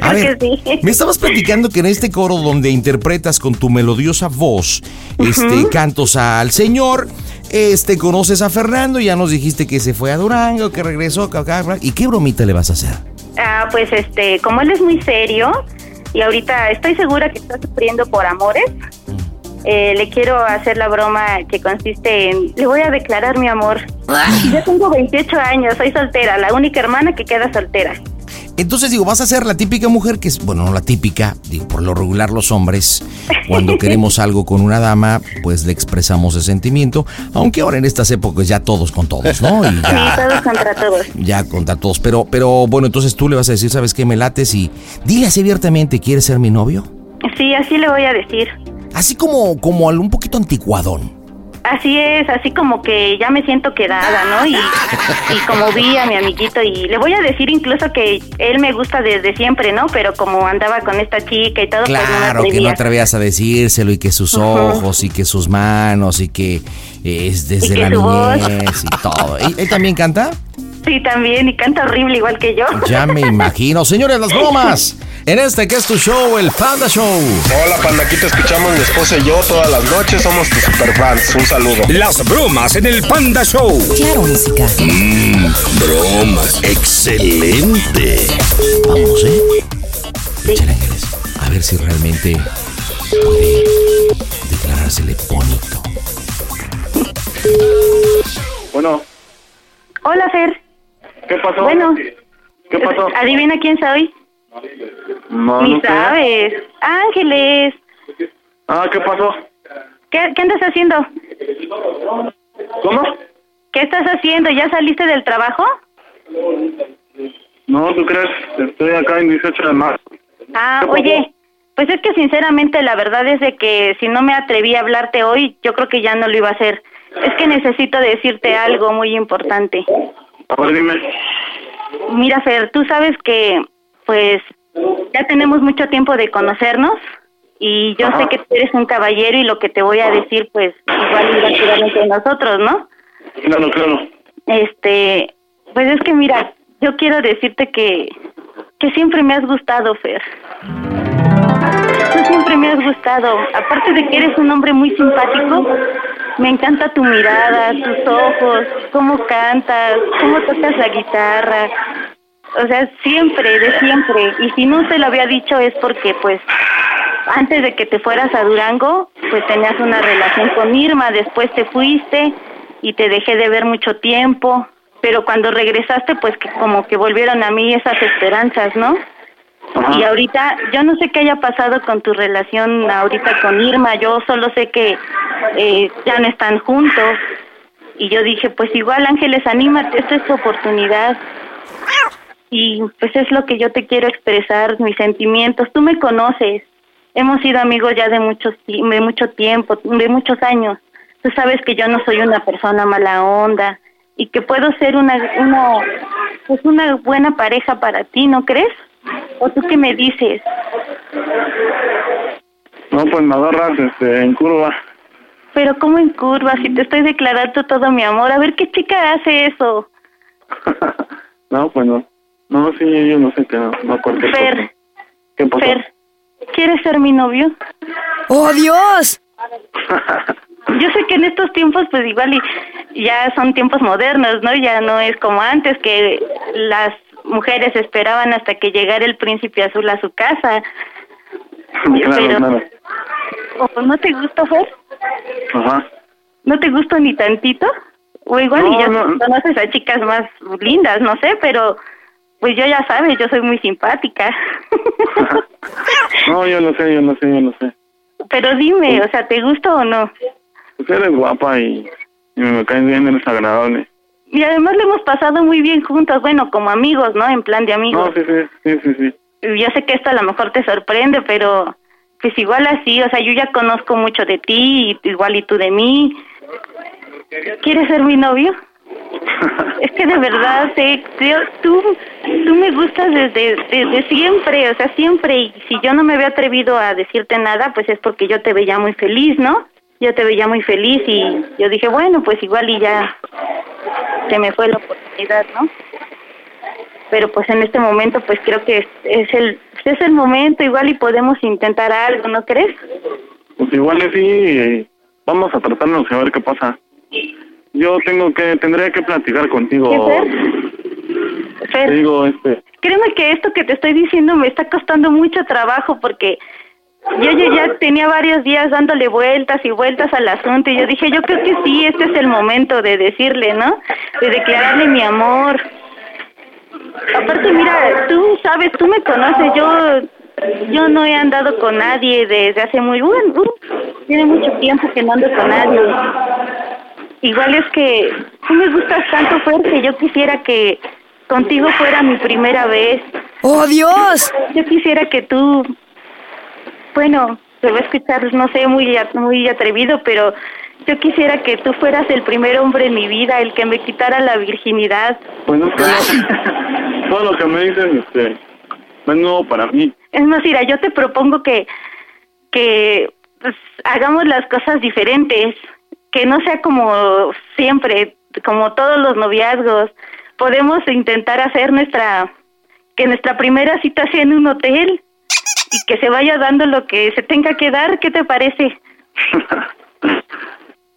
Ah, A creo ver, que sí. Me estabas platicando que en este coro donde interpretas con tu melodiosa voz este, Ujú. cantos al Señor, este, conoces a Fernando, ya nos dijiste que se fue a Durango, que regresó, ca- ca- ca- ¿y qué bromita le vas a hacer? Ah, pues este, como él es muy serio y ahorita estoy segura que está sufriendo por amores, eh, le quiero hacer la broma que consiste en, le voy a declarar mi amor. Ah. Yo tengo 28 años, soy soltera, la única hermana que queda soltera. Entonces digo, vas a ser la típica mujer que es, bueno, no la típica, digo, por lo regular los hombres, cuando queremos algo con una dama, pues le expresamos ese sentimiento, aunque ahora en estas épocas ya todos con todos, ¿no? Y Sí, ya, todos contra todos. ya contra todos, pero, pero bueno, entonces tú le vas a decir, ¿sabes qué? Me lates y dile así abiertamente, ¿quieres ser mi novio? Sí, así le voy a decir. Así como, como al- un poquito anticuadón. Así es, así como que ya me siento quedada, ¿no? Y, y como vi a mi amiguito y le voy a decir incluso que él me gusta desde siempre, ¿no? Pero como andaba con esta chica y todo, pues no me Claro, que no atrevía. atrevías a decírselo y que sus Ujú. ojos y que sus manos y que eh, es desde que la su voz. niñez y todo. ¿Y- eh, ¿Él también canta? Sí, también, y canta horrible igual que yo. Ya me imagino. Señores, las bromas. En este que es tu show, el Panda Show. Hola Panda, aquí te escuchamos mi esposa y yo todas las noches, somos tus superfans, un saludo. Las bromas en el Panda Show. Claro, música. Mm, bromas. Excelente. Vamos, ¿eh? Échale, Ángeles. A ver si realmente puede declarársele bonito. Bueno, Hola, Fer. ¿qué pasó? Bueno. ¿Qué pasó? Adivina quién soy. No, Ni no sé. sabes. Ángeles. Ah, ¿qué pasó? ¿Qué, qué andas haciendo? ¿Cómo? ¿Qué estás haciendo? ¿Ya saliste del trabajo? No, ¿tú crees? Estoy acá en 18 de marzo. Ah, oye, pues es que sinceramente la verdad es de que si no me atreví a hablarte hoy, yo creo que ya no lo iba a hacer. Es que necesito decirte algo muy importante. A ver, dime. Mira, Fer, tú sabes que, pues, ya tenemos mucho tiempo de conocernos y yo sé que tú eres un caballero y lo que te voy a decir, pues, igual iba a quedar entre nosotros, ¿no? Claro, claro. Este, pues es que mira, yo quiero decirte que, que siempre me has gustado, Fer. Tú siempre me has gustado. Aparte de que eres un hombre muy simpático, me encanta tu mirada, tus ojos, cómo cantas, cómo tocas la guitarra. O sea, siempre, de siempre. Y si no te lo había dicho es porque, pues, antes de que te fueras a Durango, pues tenías una relación con Irma, después te fuiste y te dejé de ver mucho tiempo, pero cuando regresaste, pues que como que volvieron a mí esas esperanzas, ¿no? Y ahorita, yo no sé qué haya pasado con tu relación ahorita con Irma, yo solo sé que eh, ya no están juntos. Y yo dije, pues igual Ángeles, anímate, esta es tu oportunidad. Y pues es lo que yo te quiero expresar, mis sentimientos. Tú me conoces, hemos sido amigos ya de, muchos, ti- de mucho tiempo, de muchos años. Tú sabes que yo no soy una persona mala onda y que puedo ser una, una, pues una buena pareja para ti, ¿no crees? ¿O tú qué me dices? No, pues me agarras este, en curva. Pero ¿cómo en curva? Si te estoy declarando todo mi amor, a ver qué chica hace eso. No, pues no. No, sí, yo no sé qué, no, no cualquier Fer. cosa. ¿Qué pasó? Fer, ¿quieres ser mi novio? ¡Oh, Dios! Yo sé que en estos tiempos, pues igual y ya son tiempos modernos, ¿no? Ya no es como antes que las mujeres esperaban hasta que llegara el príncipe azul a su casa. Claro, Pero- claro. ¿O ¿No te gusta, Fer? Ajá. ¿No te gusta ni tantito? O igual y No, ya no. conoces a chicas más lindas, no sé, pero pues yo ya sabes, yo soy muy simpática. No, yo no sé, yo no sé, yo no sé. Pero dime, o sea, ¿te gusta o no? Pues eres guapa y, y me caes bien, eres agradable. Y además lo hemos pasado muy bien juntos, bueno, como amigos, ¿no? En plan de No, amigos. sí, sí, sí, sí, sí. yo sé que esto a lo mejor te sorprende, pero pues igual así, o sea, yo ya conozco mucho de ti, y igual y tú de mí. ¿Quieres ser mi novio? es que de verdad, te, te- tú, tú me gustas desde, desde siempre, o sea, siempre. Y si yo no me había atrevido a decirte nada, pues es porque yo te veía muy feliz, ¿no? Yo te veía muy feliz y yo dije, bueno, pues igual y ya se me fue la oportunidad, ¿no? pero pues en este momento pues creo que es, es el es el momento igual y podemos intentar algo no crees Pues igual y sí, eh, vamos a tratarnos y a ver qué pasa. Yo tengo que, tendría que platicar contigo. Fer? Te digo, este, créeme que esto que te estoy diciendo me está costando mucho trabajo porque yo, yo ya tenía varios días dándole vueltas y vueltas al asunto y yo dije yo creo que sí este es el momento de decirle no de declararle mi amor aparte mira tú sabes tú me conoces yo yo no he andado con nadie desde hace muy bueno uh, tiene mucho tiempo que no ando con nadie igual es que tú me gustas tanto fuerte yo quisiera que contigo fuera mi primera vez. ¡Oh, Dios! Yo quisiera que tú, bueno, te va a escuchar, no sé, muy, a- muy atrevido, pero yo quisiera que tú fueras el primer hombre en mi vida, el que me quitara la virginidad. pues no sé, todo lo que me dices, este, no es nuevo para mí. Es más, mira, yo te propongo que, que pues, hagamos las cosas diferentes, que no sea como siempre, como todos los noviazgos. Podemos intentar hacer nuestra, que nuestra primera cita sea en un hotel y que se vaya dando lo que se tenga que dar. ¿Qué te parece?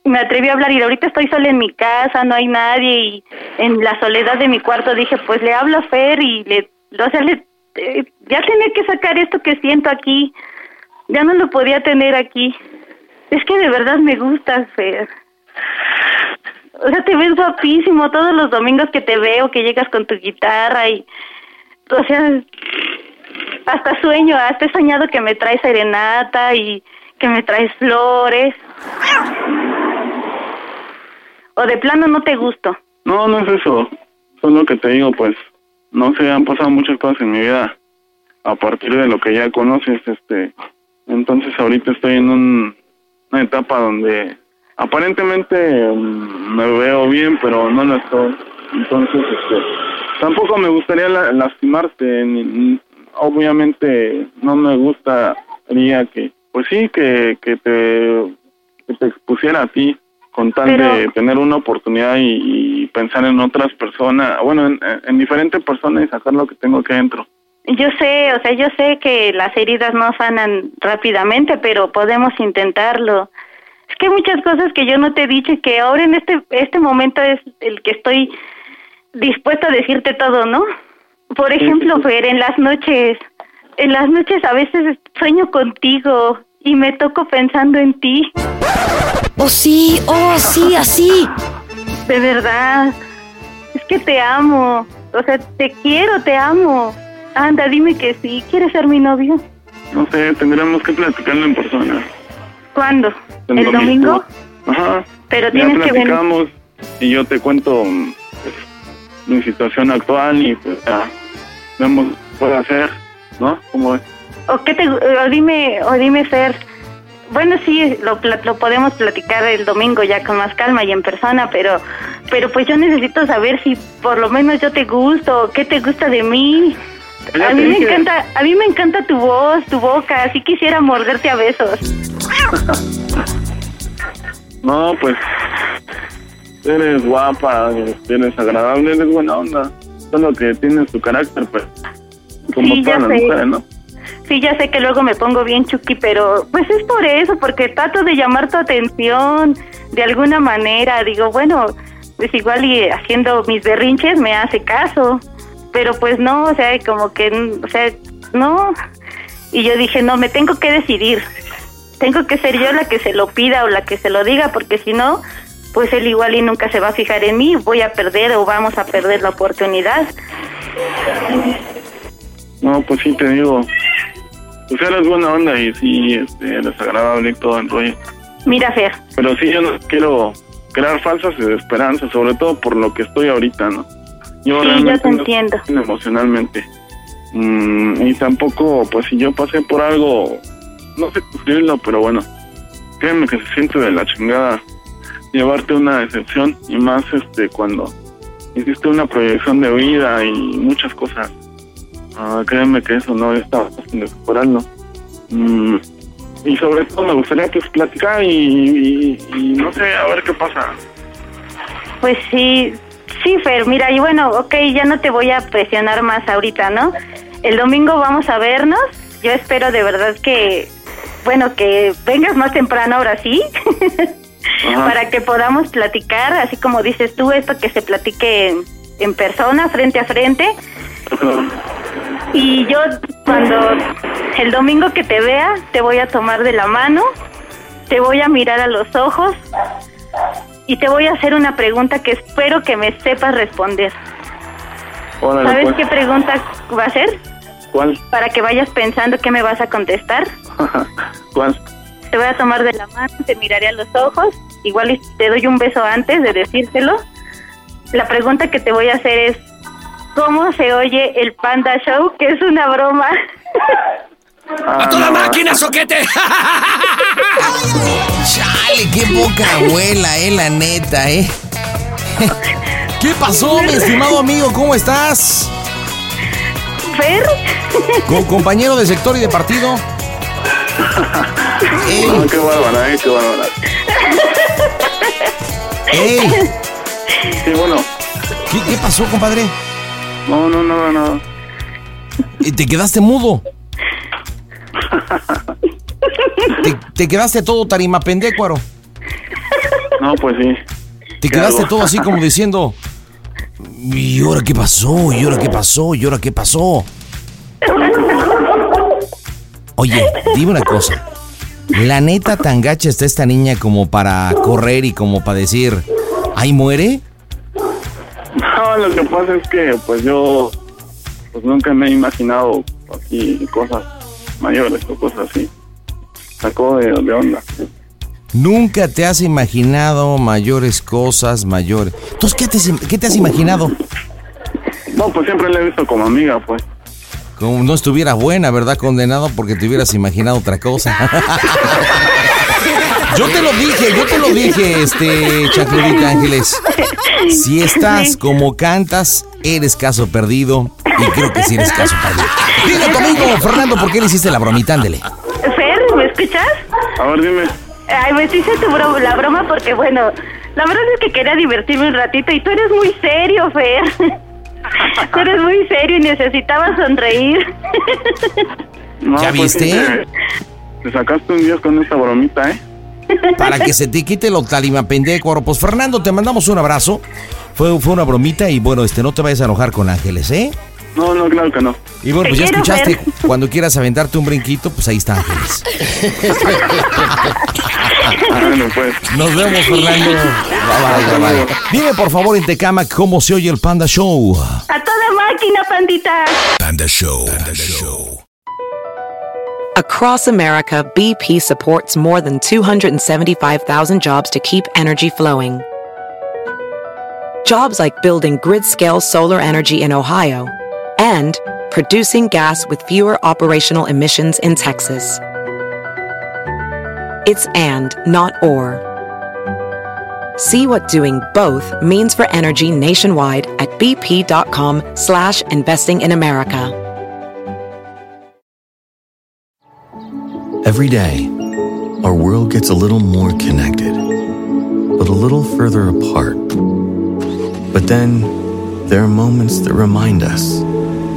Me atreví a hablar y ahorita estoy sola en mi casa, no hay nadie y en la soledad de mi cuarto dije, pues le hablo a Fer y le, o sea, le, eh, ya tenía que sacar esto que siento aquí, ya no lo podía tener aquí. Es que de verdad me gustas, Fer. O sea, te ves guapísimo todos los domingos que te veo, que llegas con tu guitarra y... O sea, hasta sueño, hasta he soñado que me traes serenata y que me traes flores. O de plano no te gusto. No, no es eso. Eso es lo que te digo, pues. No sé, han pasado muchas cosas en mi vida a partir de lo que ya conoces, este. Entonces ahorita estoy en un- una etapa donde aparentemente mm, me veo bien, pero no lo estoy. Entonces, este, tampoco me gustaría la- lastimarte. ni- ni- obviamente no me gustaría que, pues sí, que, que te que te expusiera a ti con tal de tener una oportunidad y, y pensar en otras personas, bueno, en, en diferentes personas y sacar lo que tengo aquí adentro. Yo sé, o sea, yo sé que las heridas no sanan rápidamente, pero podemos intentarlo. Es que hay muchas cosas que yo no te he dicho y que ahora en este, este momento es el que estoy dispuesta a decirte todo, ¿no? Por Sí, sí, ejemplo, sí. Fer, en las noches, en las noches a veces sueño contigo y me toco pensando en ti. Oh, sí, oh, sí, así. De verdad, es que te amo, o sea, te quiero, te amo. Anda, dime que sí, ¿quieres ser mi novio? No sé, tendríamos que platicarlo en persona. ¿Cuándo? El ¿El, domingo. domingo? Ajá. Pero Ya tienes que venir. platicamos y yo te cuento mm, pues, mi situación actual y pues ya vemos qué puedo hacer, ¿no? ¿Cómo ves? ¿O qué te, o dime, o dime Fer. Bueno, sí, lo, pla- lo podemos platicar el domingo ya con más calma y en persona, pero, pero pues yo necesito saber si por lo menos yo te gusto, qué te gusta de mí. Ya A te mí me dije. encanta, a mí me encanta tu voz, tu boca, así quisiera morderte a besos. No, pues eres guapa, eres agradable, eres buena onda. Solo que tienes tu carácter, pues. Como Sí, ya todas las sé. mujeres, ¿no? Sí, ya sé que luego me pongo bien chucky, pero pues es por eso, porque trato de llamar tu atención de alguna manera. Digo, bueno, pues igual y haciendo mis berrinches me hace caso, pero pues no, o sea, como que, mm, o sea, no. Y yo dije, no, me tengo que decidir. Tengo que ser yo la que se lo pida o la que se lo diga, porque si no, pues él igual y nunca se va a fijar en mí, voy a perder o vamos a perder la oportunidad. No, pues sí te digo. Pues eres buena onda y sí, este, eres agradable y todo el rollo. Mira, Fer, Pero sí, yo no quiero crear falsas esperanzas, sobre todo por lo que estoy ahorita, ¿no? Yo sí, yo realmente te no entiendo. estoy bien emocionalmente. Mm, y tampoco, pues si yo pasé por algo, no sé cumplirlo, pero bueno, créeme que se siente de la chingada llevarte una decepción y más este cuando hiciste una proyección de vida y muchas cosas. Ah, créeme que eso no está fácil de superarlo. Mm, y sobre todo me gustaría pues platicar y, y- y no sé, a ver qué pasa. Pues sí, sí, Fer, mira, y bueno, ok, ya no te voy a presionar más ahorita, ¿no? El domingo vamos a vernos. Yo espero de verdad que, bueno, que vengas más temprano ahora sí, para que podamos platicar, así como dices tú, esto que se platique en, en persona, frente a frente. Y yo cuando el domingo que te vea, te voy a tomar de la mano, te voy a mirar a los ojos y te voy a hacer una pregunta que espero que me sepas responder. Órale, ¿Sabes pues. qué pregunta va a ser? ¿Cuál? Para que vayas pensando qué me vas a contestar. ¿Cuál? Te voy a tomar de la mano, te miraré a los ojos, igual y te doy un beso antes de decírtelo. La pregunta que te voy a hacer es, ¿cómo se oye el Panda Show? Que es una broma. Ah, ¡A toda máquina, soquete! Chale, qué poca abuela, eh, la neta, eh. ¿Qué pasó, mi estimado amigo? ¿Cómo estás? Fer, Con compañero de sector y de partido. No, qué bárbara, eh, qué bárbara. ¡Ey! Sí, bueno. ¿Qué, qué pasó, compadre? No, no, no, no. Eh, ¿Te quedaste mudo? ¿Te, te quedaste todo tarima pendécuaro? No, pues sí. ¿Te ¿Qué quedaste hago? todo así como diciendo... ¿Y ahora qué pasó? ¿Y ahora qué pasó? ¿Y ahora qué pasó? Oye, dime una cosa. La neta tan gacha está esta niña como para correr y como para decir... ¿Ahí muere? No, lo que pasa es que pues yo pues nunca me he imaginado así cosas mayores o cosas así. Sacó de, de onda. Nunca te has imaginado mayores cosas, mayores. Entonces, ¿qué te, qué te has imaginado? No, pues siempre la he visto como amiga, pues. Como no estuviera buena, ¿verdad, condenado? Porque te hubieras imaginado otra cosa. yo te lo dije, yo te lo dije, este, Chaclerita Ángeles. Si estás como cantas, eres caso perdido. Y creo que sí eres caso perdido. Dile a tu amigo, Fernando, ¿por qué le hiciste la bromita? Ándele. Fer, ¿me escuchas? A ver, dime. Ay, pues hice tu bro- la broma porque, bueno, la verdad es que quería divertirme un ratito y tú eres muy serio, Fer. Tú eres muy serio y necesitaba sonreír. No, ¿Ya pues, viste? sí Te, te sacaste un 10 con esta bromita, ¿eh? Para que se te quite lo talimapendecuaro. Pues Fernando, te mandamos un abrazo. Fue, fue una bromita y bueno, este, no te vayas a enojar con Ángeles, ¿eh? No, no, claro que no. Y bueno, Te pues ya quiero, escuchaste, Fer. cuando quieras aventarte un brinquito, pues ahí está Ángeles. Bueno, pues. Nos vemos, Fernando. Bye, bye, bye, bye. Dime por favor en Tecama cómo se oye el Panda Show. A toda máquina, pandita. Panda Show. Across America, BP supports more than 275,000 jobs to keep energy flowing. Jobs like building grid scale solar energy in Ohio and producing gas with fewer operational emissions in Texas. It's and, not or. See what doing both means for energy nationwide at bp.com slash investing in America. Every day, our world gets a little more connected, but a little further apart. But then, there are moments that remind us